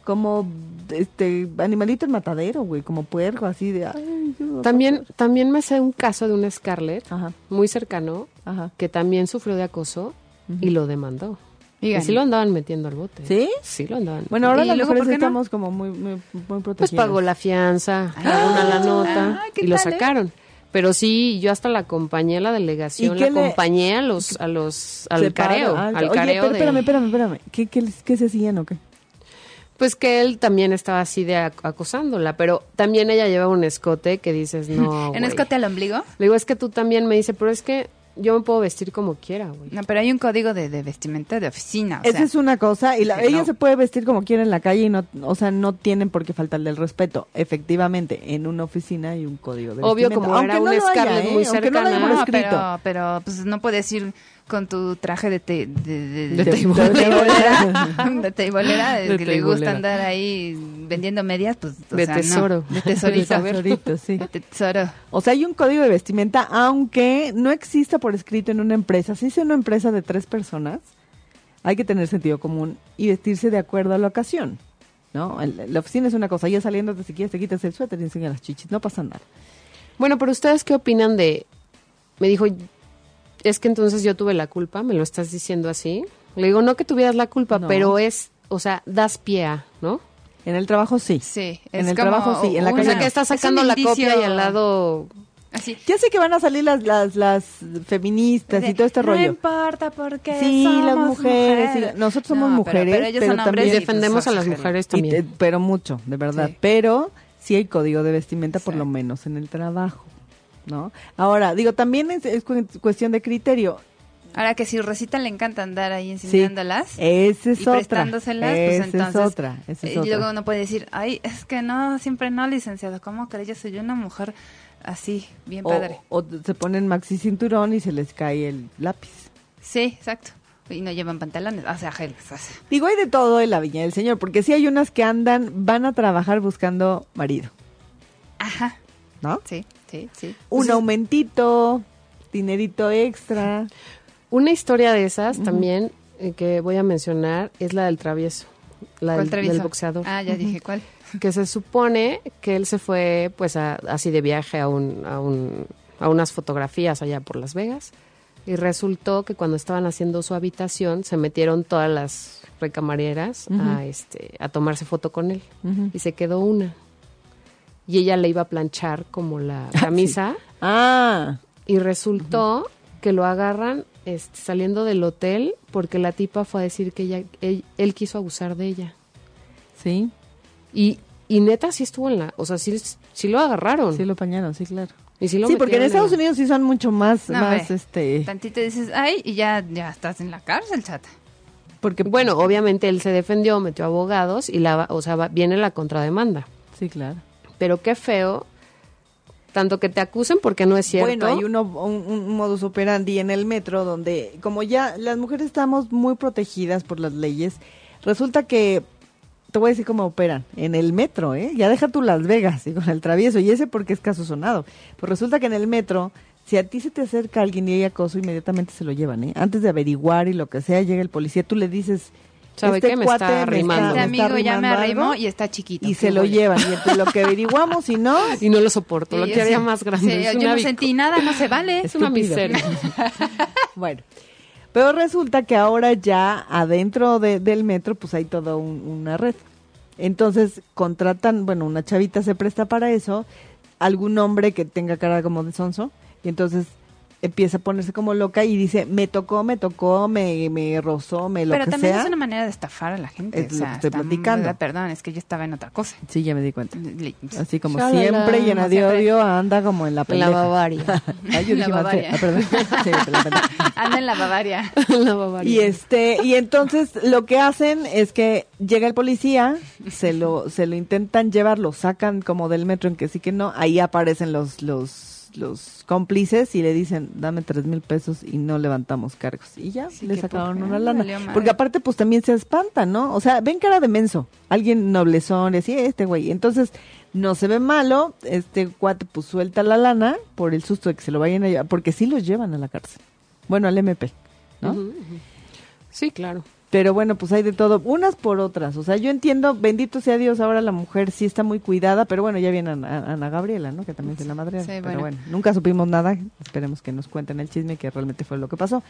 Speaker 4: como este animalito en matadero, güey, como puerco, así de, ay, yo-
Speaker 6: También, también me sé un caso de una Scarlett
Speaker 4: Ajá,
Speaker 6: muy cercano
Speaker 4: ajá.
Speaker 6: que también sufrió de acoso y lo demandó. Y,
Speaker 5: Digan.
Speaker 6: sí lo andaban metiendo al bote.
Speaker 4: ¿Sí?
Speaker 6: Sí lo andaban.
Speaker 4: Bueno, ahora
Speaker 5: ¿Y
Speaker 4: las
Speaker 5: luego
Speaker 4: mujeres
Speaker 5: por qué no?
Speaker 4: estamos como muy, muy, muy
Speaker 6: Pues
Speaker 4: protegidas.
Speaker 6: pagó la
Speaker 4: Ah,
Speaker 6: fianza,
Speaker 5: Ay.
Speaker 6: pagaron a la nota
Speaker 5: Ay, ¿qué
Speaker 6: y lo
Speaker 5: tal, eh?
Speaker 6: sacaron. Pero sí, yo hasta la acompañé a la
Speaker 4: ¿Y
Speaker 6: delegación,
Speaker 4: qué
Speaker 6: la
Speaker 4: le-
Speaker 6: acompañé a los, a los,
Speaker 4: Se
Speaker 6: al
Speaker 4: paró,
Speaker 6: careo,
Speaker 4: ah,
Speaker 6: al
Speaker 4: Oye,
Speaker 6: careo
Speaker 4: pero
Speaker 6: de-
Speaker 4: espérame, espérame, espérame. ¿Qué, qué, les- qué se hacían o qué?
Speaker 6: Pues que él también estaba así de ac- acosándola, pero también ella llevaba un escote que dices, no,
Speaker 5: ¿En
Speaker 6: güey.
Speaker 5: escote al ombligo?
Speaker 6: Le digo, es que tú también me dice, pero es que yo me puedo vestir como quiera, güey.
Speaker 5: No, pero hay un código de, de vestimenta de oficina. O
Speaker 4: Esa
Speaker 5: sea,
Speaker 4: es una cosa y la-
Speaker 5: sí,
Speaker 4: ella
Speaker 5: no.
Speaker 4: se puede vestir como quiera en la calle y no, o sea, no tienen por qué faltarle el respeto. Efectivamente, en una oficina hay un código de
Speaker 6: Obvio,
Speaker 4: vestimenta.
Speaker 6: como era
Speaker 4: Aunque
Speaker 6: una
Speaker 4: no lo haya, ¿eh?
Speaker 6: Scarlett muy
Speaker 4: Aunque no lo haya
Speaker 6: cercana.
Speaker 4: por
Speaker 5: No,
Speaker 4: escrito.
Speaker 5: pero, pero pues no puedes ir con tu traje de te, de, de,
Speaker 6: De
Speaker 5: de-
Speaker 6: teibolera.
Speaker 5: de teibolera, de teibolera, de
Speaker 6: De
Speaker 5: que le
Speaker 6: teibolera.
Speaker 5: gusta andar ahí vendiendo medias, pues o
Speaker 6: De
Speaker 5: sea,
Speaker 6: tesoro.
Speaker 5: no, de tesorito,
Speaker 4: De tesorito, sí.
Speaker 5: de tesoro.
Speaker 4: O sea, hay un código de vestimenta, aunque no exista por escrito en una empresa. Si es una empresa de tres personas, hay que tener sentido común y vestirse de acuerdo a la ocasión. ¿No? El- la oficina es una cosa, ya saliéndote si quieres te quitas el suéter y enseñas las chichis, no pasa nada.
Speaker 6: Bueno, pero ustedes qué opinan de... Me dijo, es que entonces yo tuve la culpa, me lo estás diciendo así. Le digo, no que tuvieras la culpa,
Speaker 4: No.
Speaker 6: pero es, o sea, das pie a, ¿no?
Speaker 4: En el trabajo sí.
Speaker 5: Sí,
Speaker 4: En
Speaker 5: es
Speaker 4: el
Speaker 5: como
Speaker 4: trabajo sí, en la
Speaker 5: una-
Speaker 4: calle
Speaker 6: O sea, que
Speaker 4: no.
Speaker 5: es
Speaker 6: estás
Speaker 5: un
Speaker 6: sacando la copia
Speaker 5: indicio
Speaker 6: y al lado...
Speaker 5: Así.
Speaker 4: Ya sé que van a salir las, las, las feministas y todo este
Speaker 5: no
Speaker 4: rollo.
Speaker 5: importa porque
Speaker 4: Sí, las
Speaker 5: somos
Speaker 4: mujeres, sí, nosotros somos
Speaker 5: pero-
Speaker 4: mujeres,
Speaker 5: pero, ellos
Speaker 4: pero
Speaker 5: son hombres
Speaker 4: también-
Speaker 6: Y
Speaker 5: pues,
Speaker 6: defendemos a
Speaker 5: son
Speaker 6: las
Speaker 5: sujetos.
Speaker 6: mujeres
Speaker 4: Y te-
Speaker 6: también.
Speaker 4: pero mucho, de verdad.
Speaker 5: Sí.
Speaker 4: Pero sí hay código de vestimenta, por lo
Speaker 5: Exacto.
Speaker 4: menos en el trabajo, ¿no? Ahora, digo, también es, es cu- cuestión de criterio.
Speaker 5: Ahora que si Rosita le encanta andar ahí
Speaker 4: Sí,
Speaker 5: enseñándolas.
Speaker 4: esa es
Speaker 5: y
Speaker 4: otra.
Speaker 5: prestándoselas, pues
Speaker 4: Esa
Speaker 5: entonces.
Speaker 4: es otra, esa es
Speaker 5: eh, y
Speaker 4: otra.
Speaker 5: luego uno puede decir, ay, es que no, siempre no, licenciado. ¿Cómo crees? Yo soy una mujer así,
Speaker 4: Oh.
Speaker 5: bien padre.
Speaker 4: O, o se ponen maxi cinturón y se les cae el lápiz.
Speaker 5: Sí, exacto. Y no llevan pantalones. O sea, gel. o sea,
Speaker 4: Digo, hay de todo en la viña del señor, porque sí hay unas que andan, van a trabajar buscando marido,
Speaker 5: Ajá.
Speaker 4: ¿no?
Speaker 5: Sí, sí, sí.
Speaker 4: Un aumentito, dinerito extra.
Speaker 6: Una historia de esas también eh, que voy a mencionar es la del travieso. La
Speaker 5: ¿Cuál
Speaker 6: del,
Speaker 5: travieso?
Speaker 6: del boxeador.
Speaker 5: Ah, ya dije, ¿cuál?
Speaker 6: que se supone que él se fue pues a- así de viaje a, un, a, un- a unas fotografías allá por Las Vegas y resultó que cuando estaban haciendo su habitación se metieron todas las recamarieras a este a tomarse foto con él y se quedó una y ella le iba a planchar como la camisa
Speaker 4: Ah,
Speaker 6: y resultó que lo agarran este, saliendo del hotel porque la tipa fue a decir que ella él- él quiso abusar de ella
Speaker 4: sí,
Speaker 6: y, y neta sí estuvo en la... O sea, sí, sí lo agarraron.
Speaker 4: sí lo pañaron, sí, claro.
Speaker 6: y sí, lo
Speaker 4: sí, porque en
Speaker 6: metieron
Speaker 4: Estados
Speaker 6: la-
Speaker 4: Unidos sí son mucho más,
Speaker 5: No,
Speaker 4: más,
Speaker 5: hombre.
Speaker 4: este,
Speaker 5: Tantito dices, ay, y ya, ya estás en la cárcel, chata.
Speaker 4: porque pues,
Speaker 6: Bueno, obviamente él se defendió, metió abogados y la... va- O sea, va- viene la contrademanda.
Speaker 4: sí, claro.
Speaker 6: Pero qué feo. Tanto que te acusen porque no es cierto.
Speaker 4: Bueno, hay uno, un, un modus operandi en el metro donde, como ya las mujeres estamos muy protegidas por las leyes, resulta que, te voy a decir cómo operan, en el metro, ¿eh? Ya deja tú Las Vegas y con el travieso, y ese porque es caso sonado. Pues resulta que en el metro, si a ti se te acerca alguien y hay acoso, inmediatamente se lo llevan, ¿eh? Antes de averiguar y lo que sea, llega el policía, tú le dices,
Speaker 6: Sabe
Speaker 4: este
Speaker 6: que me
Speaker 4: cuate
Speaker 6: está arrimando.
Speaker 5: Este
Speaker 6: me
Speaker 5: amigo ya me
Speaker 4: arrimando
Speaker 5: arrimó
Speaker 4: algo
Speaker 5: y está chiquito.
Speaker 4: y
Speaker 5: qué
Speaker 4: se lo
Speaker 5: bueno.
Speaker 4: llevan. Y entre lo que averiguamos y no,
Speaker 6: Y no lo soporto, lo
Speaker 5: Sí,
Speaker 6: quería
Speaker 5: sí.
Speaker 6: más grande.
Speaker 5: Sí,
Speaker 6: es
Speaker 5: yo
Speaker 6: una
Speaker 5: no
Speaker 6: bico-
Speaker 5: sentí nada, no se vale.
Speaker 6: Es una
Speaker 4: Estúpido.
Speaker 6: miseria.
Speaker 4: Bueno, pero resulta que ahora ya adentro de- del metro pues hay toda un- una red. Entonces contratan, bueno, una chavita se presta para eso, algún hombre que tenga cara como de sonso, y entonces empieza a ponerse como loca y dice, me tocó, me tocó, me, me rozó, me lo
Speaker 5: Pero
Speaker 4: que
Speaker 5: también
Speaker 4: sea.
Speaker 5: es una manera de estafar a la gente.
Speaker 4: Es
Speaker 5: o
Speaker 4: lo
Speaker 5: sea,
Speaker 4: que estoy
Speaker 5: está muy-
Speaker 4: platicando.
Speaker 5: Perdón, es que yo estaba en otra cosa.
Speaker 4: Sí, ya me di cuenta.
Speaker 5: Le-
Speaker 4: Así como
Speaker 6: Shalala,
Speaker 4: siempre, llena
Speaker 5: como
Speaker 4: de
Speaker 5: siempre.
Speaker 4: odio, anda como en la
Speaker 6: La
Speaker 4: pendeja.
Speaker 6: Bavaria.
Speaker 4: Ay, yo
Speaker 5: La
Speaker 4: dije más feo.
Speaker 5: Bavaria.
Speaker 4: Ah, perdón. Sí, la pendeja.
Speaker 5: Anda en la Bavaria.
Speaker 6: la Bavaria.
Speaker 4: Y este, y entonces lo que hacen es que llega el policía, se lo, se lo intentan llevar, lo sacan como del metro en que sí que no, ahí aparecen los, los, los cómplices y le dicen, dame tres mil pesos y no levantamos cargos. Y ya
Speaker 5: Sí,
Speaker 4: le
Speaker 5: qué
Speaker 4: sacaron
Speaker 5: poca,
Speaker 4: una lana.
Speaker 5: valió madre.
Speaker 4: Porque aparte, pues también se espantan, ¿no? O sea, ven cara de menso, alguien noblezón, así este güey. Entonces, no se ve malo, este cuate pues suelta la lana por el susto de que se lo vayan a llevar, porque sí los llevan a la cárcel. Bueno, al MP, ¿no?
Speaker 6: Sí, claro.
Speaker 4: Pero bueno, pues hay de todo, unas por otras. O sea, yo entiendo, bendito sea Dios, ahora la mujer sí está muy cuidada, pero bueno, ya viene Ana, Ana Gabriela, ¿no? Que también es la madre.
Speaker 5: Sí,
Speaker 4: pero
Speaker 5: bueno.
Speaker 4: bueno. nunca supimos nada. Esperemos que nos cuenten el chisme que realmente fue lo que pasó.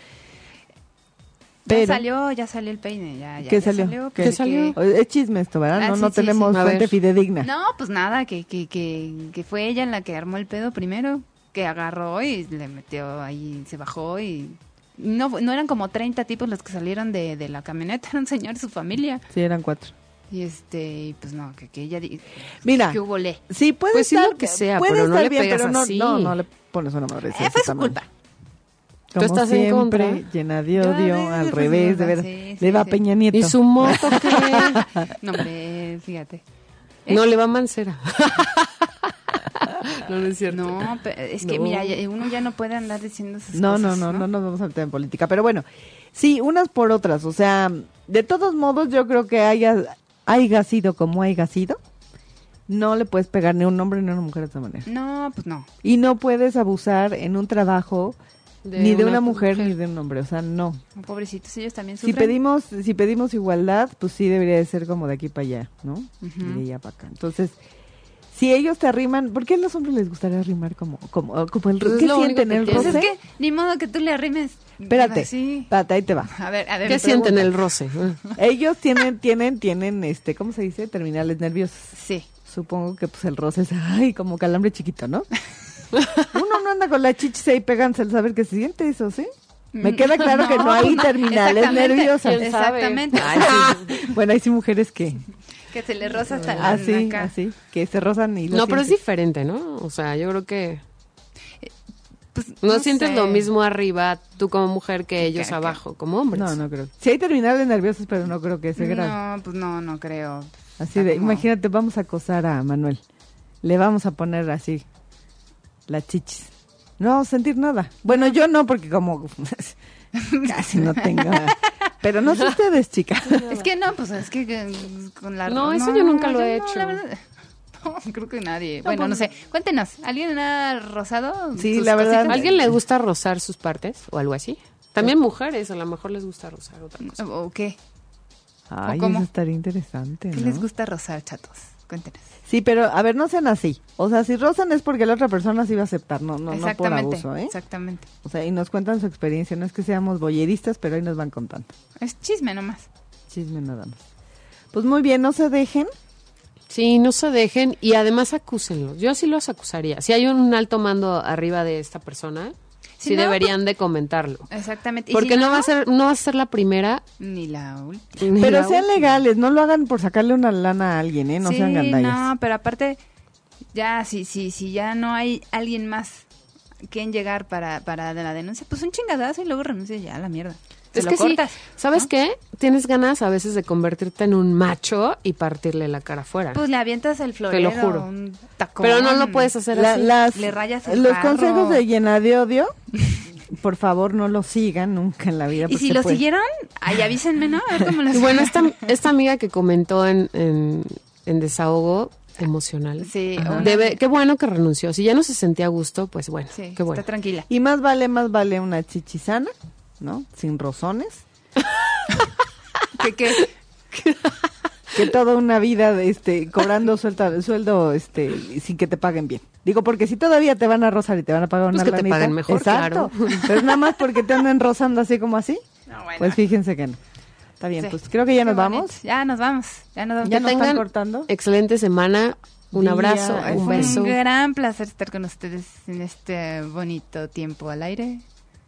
Speaker 5: Ya
Speaker 4: Pero-
Speaker 5: salió, ya salió el peine. Ya, ya,
Speaker 4: ¿Qué
Speaker 5: ya
Speaker 4: salió? ¿Qué
Speaker 5: porque-
Speaker 6: salió?
Speaker 4: O- Es chisme esto, ¿verdad?
Speaker 5: Ah,
Speaker 4: no
Speaker 5: sí,
Speaker 4: no
Speaker 5: sí,
Speaker 4: tenemos
Speaker 6: sí. A ver.
Speaker 4: fuente fidedigna.
Speaker 5: No, pues nada, que, que, que, que fue ella la que armó el pedo primero, que agarró y le metió ahí, se bajó y... No, fu- no eran como 30 tipos los que salieron de, de la camioneta, era un señor y su familia.
Speaker 4: Sí, eran cuatro.
Speaker 5: Y este, y pues no, que, que ella... di-
Speaker 4: Mira,
Speaker 5: Que hubo le.
Speaker 4: sí puede
Speaker 6: Pues sí,
Speaker 4: estar
Speaker 6: lo que sea,
Speaker 4: puede
Speaker 6: pero no
Speaker 4: estar
Speaker 6: le
Speaker 4: bien,
Speaker 6: pegas
Speaker 4: pero no,
Speaker 6: así.
Speaker 4: No, no le pones una madre.
Speaker 5: Eh, fue su culpa.
Speaker 4: Tú
Speaker 6: estás en
Speaker 4: siempre,
Speaker 6: contra.
Speaker 4: llena de
Speaker 5: Yo,
Speaker 4: odio,
Speaker 5: eh,
Speaker 4: al
Speaker 5: pues,
Speaker 4: revés, de
Speaker 5: sí,
Speaker 4: verdad.
Speaker 5: sí,
Speaker 4: le va a
Speaker 5: sí.
Speaker 4: Peña Nieto.
Speaker 6: ¿Y su moto qué?
Speaker 5: No, hombre, fíjate.
Speaker 6: No, le va Mancera. no, no es cierto.
Speaker 5: No, pe- es que
Speaker 6: No.
Speaker 5: mira, ya- eh, uno ya no puede andar diciendo esas
Speaker 4: no,
Speaker 5: cosas.
Speaker 4: No, no, no, nos vamos a meter en política. Pero bueno, sí, unas por otras. O sea, de todos modos, yo creo que haya, haya sido como haya sido, no le puedes pegar ni a un hombre ni a una mujer de esa manera.
Speaker 5: No, pues no.
Speaker 4: Y no puedes abusar en un trabajo
Speaker 6: De
Speaker 4: ni de
Speaker 6: una
Speaker 4: una mujer,
Speaker 6: mujer.
Speaker 4: ni de un hombre. O sea, no.
Speaker 5: Pobrecitos, ellos también
Speaker 4: Si
Speaker 5: sufren.
Speaker 4: pedimos, si pedimos igualdad, pues sí debería de ser como de aquí para allá, ¿no?
Speaker 5: Ujú.
Speaker 4: Y de allá para acá. Entonces, si ellos te arriman, ¿por qué a los hombres les gustaría arrimar como, como, como el
Speaker 6: Pues
Speaker 4: roce?
Speaker 6: es
Speaker 4: ¿Qué
Speaker 6: lo único
Speaker 4: sienten
Speaker 6: que
Speaker 4: el
Speaker 6: tienen.
Speaker 5: Pues
Speaker 4: roce?
Speaker 5: es que ni modo que tú le arrimes.
Speaker 4: Espérate,
Speaker 5: Sí.
Speaker 4: espérate, ahí te va.
Speaker 5: A ver, a ver.
Speaker 6: ¿Qué sienten el roce?
Speaker 4: Ellos tienen, tienen, tienen, este, ¿cómo se dice? Terminales nerviosas.
Speaker 5: Sí.
Speaker 4: Supongo que pues el roce es, ay, como calambre chiquito, ¿no? Uno no anda con la chichis ahí pegándose al saber que se siente eso, ¿sí? Me queda claro que no hay terminales
Speaker 5: Mm, exactamente,
Speaker 4: nerviosas.
Speaker 6: ¿Quién sabe?
Speaker 5: Exactamente.
Speaker 4: Bueno, hay sí mujeres que
Speaker 5: Que se le roza hasta la
Speaker 4: así,
Speaker 5: acá.
Speaker 4: Ah, así, que se rozan y lo
Speaker 6: No, pero es
Speaker 4: sienten.
Speaker 6: diferente, ¿no? O sea, yo creo que
Speaker 5: Pues,
Speaker 6: no, sientes
Speaker 5: sé.
Speaker 6: lo mismo arriba tú como mujer que ellos
Speaker 5: que-
Speaker 6: abajo, como hombres.
Speaker 4: No, no creo. Sí hay terminales nerviosas, pero no creo que sea grave.
Speaker 5: No, pues no, no creo. Ah,
Speaker 4: Así de,
Speaker 5: Como-
Speaker 4: imagínate, vamos a acosar a Manuel. Le vamos a poner así las chichis. No vamos a sentir nada. Bueno, yo no, porque como casi no tengo. Pero no sé ustedes, chicas.
Speaker 5: Es que no, pues es que eh, con la
Speaker 6: No, eso yo nunca lo he
Speaker 5: no,
Speaker 6: hecho. pues,
Speaker 5: la verdad- No, creo que nadie. bueno, no sé. Cuéntenos, ¿alguien ha rozado?
Speaker 4: Sí,
Speaker 5: sus
Speaker 4: la verdad.
Speaker 5: cositas?
Speaker 6: ¿Alguien le gusta rozar sus partes o algo así? También mujeres, a lo mejor les gusta rozar otra cosa.
Speaker 5: ¿O qué?
Speaker 4: Ay,
Speaker 5: cómo?
Speaker 4: eso estaría interesante,
Speaker 5: ¿Qué
Speaker 4: ¿no?
Speaker 5: les gusta rozar, chatos? Cuéntenos.
Speaker 4: Sí, pero a ver, no sean así. O sea, si rozan es porque la otra persona sí va a aceptar, no, no, no por
Speaker 5: exactamente.
Speaker 4: abuso, ¿eh?
Speaker 5: Exactamente.
Speaker 4: O sea, y nos cuentan su experiencia. No es que seamos boyeristas, pero ahí nos van contando.
Speaker 5: Es chisme nomás.
Speaker 4: Chisme nada más. Pues muy bien, no se dejen.
Speaker 6: Sí, no se dejen y además acúsenlos. Yo sí los acusaría. Si hay un alto mando arriba de esta persona,
Speaker 5: Si
Speaker 6: sí
Speaker 5: no,
Speaker 6: deberían de comentarlo.
Speaker 5: Exactamente. ¿Y
Speaker 6: Porque
Speaker 5: si
Speaker 6: no, va a ser, no va a ser la primera.
Speaker 5: Ni la ul-
Speaker 6: ni
Speaker 4: Pero
Speaker 6: la
Speaker 4: sean
Speaker 6: última.
Speaker 4: legales, no lo hagan por sacarle una lana a alguien, ¿eh? No
Speaker 5: sí,
Speaker 4: sean gandallas.
Speaker 5: no, pero aparte, ya, si, si, si ya no hay alguien más quien llegar para, para la denuncia, pues un chingadazo y luego renuncia ya a la mierda. Se
Speaker 6: Es
Speaker 5: lo
Speaker 6: que sí,
Speaker 5: cortas,
Speaker 6: ¿sabes
Speaker 5: ¿no?
Speaker 6: qué? Tienes ganas a veces de convertirte en un macho y partirle la cara afuera.
Speaker 5: Pues le avientas el florero,
Speaker 6: juro.
Speaker 5: un tacón.
Speaker 6: pero no lo puedes hacer
Speaker 4: La-
Speaker 6: así.
Speaker 4: las-
Speaker 5: Le rayas el
Speaker 4: los
Speaker 5: carro.
Speaker 4: consejos de llena de odio, por favor, no lo sigan nunca en la vida.
Speaker 5: Y
Speaker 4: porque
Speaker 5: si lo
Speaker 4: puede-
Speaker 5: siguieron, ahí avísenme, ¿no? A ver cómo les
Speaker 6: Y bueno, esta, esta amiga que comentó en, en- en desahogo emocional.
Speaker 5: Sí,
Speaker 6: Ajá.
Speaker 5: una-
Speaker 6: Debe- qué bueno que renunció. Si ya no se sentía a gusto, pues bueno,
Speaker 5: Sí,
Speaker 6: qué bueno.
Speaker 5: está tranquila.
Speaker 4: Y más vale, más vale una chichisana, ¿no? Sin rozones.
Speaker 5: ¿Qué, qué?
Speaker 4: que toda una vida de, este cobrando sueldo, sueldo este sin que te paguen bien. Digo, porque si todavía te van a rozar y te van a pagar
Speaker 6: Pues
Speaker 4: una
Speaker 6: que te
Speaker 4: lanita,
Speaker 6: paguen mejor,
Speaker 4: exacto.
Speaker 6: claro.
Speaker 4: Pero nada más porque te andan rozando así como así.
Speaker 5: No, bueno.
Speaker 4: Pues fíjense que no. Está bien,
Speaker 5: Sí.
Speaker 4: pues creo que ya
Speaker 5: Qué
Speaker 4: nos
Speaker 5: bonito.
Speaker 4: vamos.
Speaker 5: Ya nos vamos. Ya nos vamos.
Speaker 4: Ya
Speaker 6: Que
Speaker 4: nos están
Speaker 6: tengan
Speaker 4: cortando.
Speaker 6: Excelente semana. Un
Speaker 4: Día,
Speaker 6: abrazo,
Speaker 4: ay,
Speaker 6: un
Speaker 5: Fue
Speaker 6: beso.
Speaker 5: un gran placer estar con ustedes en este bonito tiempo al aire.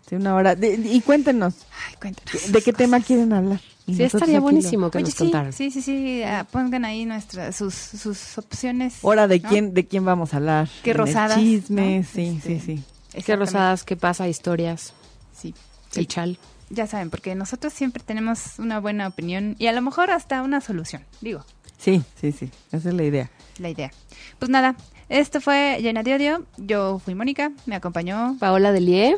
Speaker 4: Sí, una hora. De- y cuéntenos,
Speaker 5: Ay, cuéntanos.
Speaker 4: ¿de qué tema quieren hablar? Y
Speaker 6: Sí,
Speaker 4: nosotros
Speaker 6: estaría
Speaker 4: aquí lo-
Speaker 6: buenísimo que
Speaker 5: Oye,
Speaker 6: nos
Speaker 5: sí,
Speaker 6: contaran.
Speaker 5: Sí, sí, sí. ah, pongan ahí nuestras sus, sus opciones.
Speaker 4: Hora de
Speaker 5: ¿no?
Speaker 4: quién, de quién vamos a hablar.
Speaker 5: Qué
Speaker 4: En el
Speaker 5: rosadas,
Speaker 4: Chisme,
Speaker 5: ¿no?
Speaker 4: sí, sí,
Speaker 5: Este,
Speaker 4: sí.
Speaker 6: Qué
Speaker 5: Exactamente.
Speaker 6: rosadas, qué pasa, historias,
Speaker 5: Sí.
Speaker 6: el
Speaker 5: Y
Speaker 6: chal.
Speaker 5: ya saben, porque nosotros siempre tenemos una buena opinión y a lo mejor hasta una solución. Digo,
Speaker 4: Sí, sí, sí. Esa es la idea.
Speaker 5: la idea. Pues nada, esto fue Llena de Odio. Yo fui Mónica, me acompañó
Speaker 6: Paola Delie.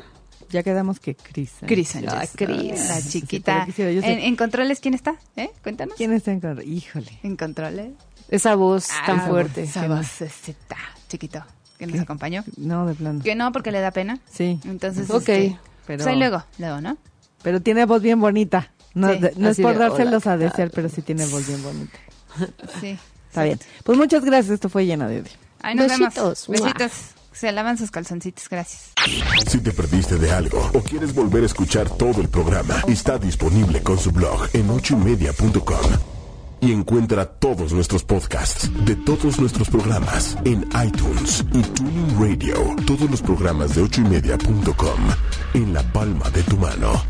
Speaker 4: Ya quedamos que Cris. Sánchez.
Speaker 5: Cris Sánchez.
Speaker 6: Ah, Cris.
Speaker 5: La
Speaker 4: Sí,
Speaker 5: chiquita.
Speaker 4: pero quisiera yo
Speaker 5: en,
Speaker 4: ser-
Speaker 5: en controles quién está? ¿Eh? Cuéntanos.
Speaker 4: ¿Quién está en contra? Híjole.
Speaker 5: En controles.
Speaker 6: Esa voz tan
Speaker 5: Ah,
Speaker 6: fuerte.
Speaker 5: Esa
Speaker 6: que
Speaker 5: vocecita, chiquito, que nos acompañó.
Speaker 4: No, de plano.
Speaker 5: Que no, porque le da pena.
Speaker 4: Sí.
Speaker 5: Entonces,
Speaker 6: Ok,
Speaker 5: este,
Speaker 4: pero-
Speaker 5: pues ahí luego, luego, ¿no?
Speaker 4: Pero tiene voz bien bonita. No,
Speaker 5: Sí,
Speaker 4: de- no es
Speaker 6: así
Speaker 4: por
Speaker 6: de,
Speaker 4: dárselos
Speaker 6: "Hola,
Speaker 4: a
Speaker 6: ¿qué tal?".
Speaker 4: desear, pero sí tiene voz bien bonita.
Speaker 5: Sí.
Speaker 4: Está bien. Pues muchas gracias. Esto fue llena de odio.
Speaker 5: Ahí nos
Speaker 6: Besitos.
Speaker 5: vemos. Besitos. Se lavan sus calzoncitos, gracias.
Speaker 1: Si te perdiste de algo o quieres volver a escuchar todo el programa, está disponible con su blog en ochoymedia.com. Y encuentra todos nuestros podcasts de todos nuestros programas en iTunes y Tuning Radio. Todos los programas de ochoymedia.com en la palma de tu mano.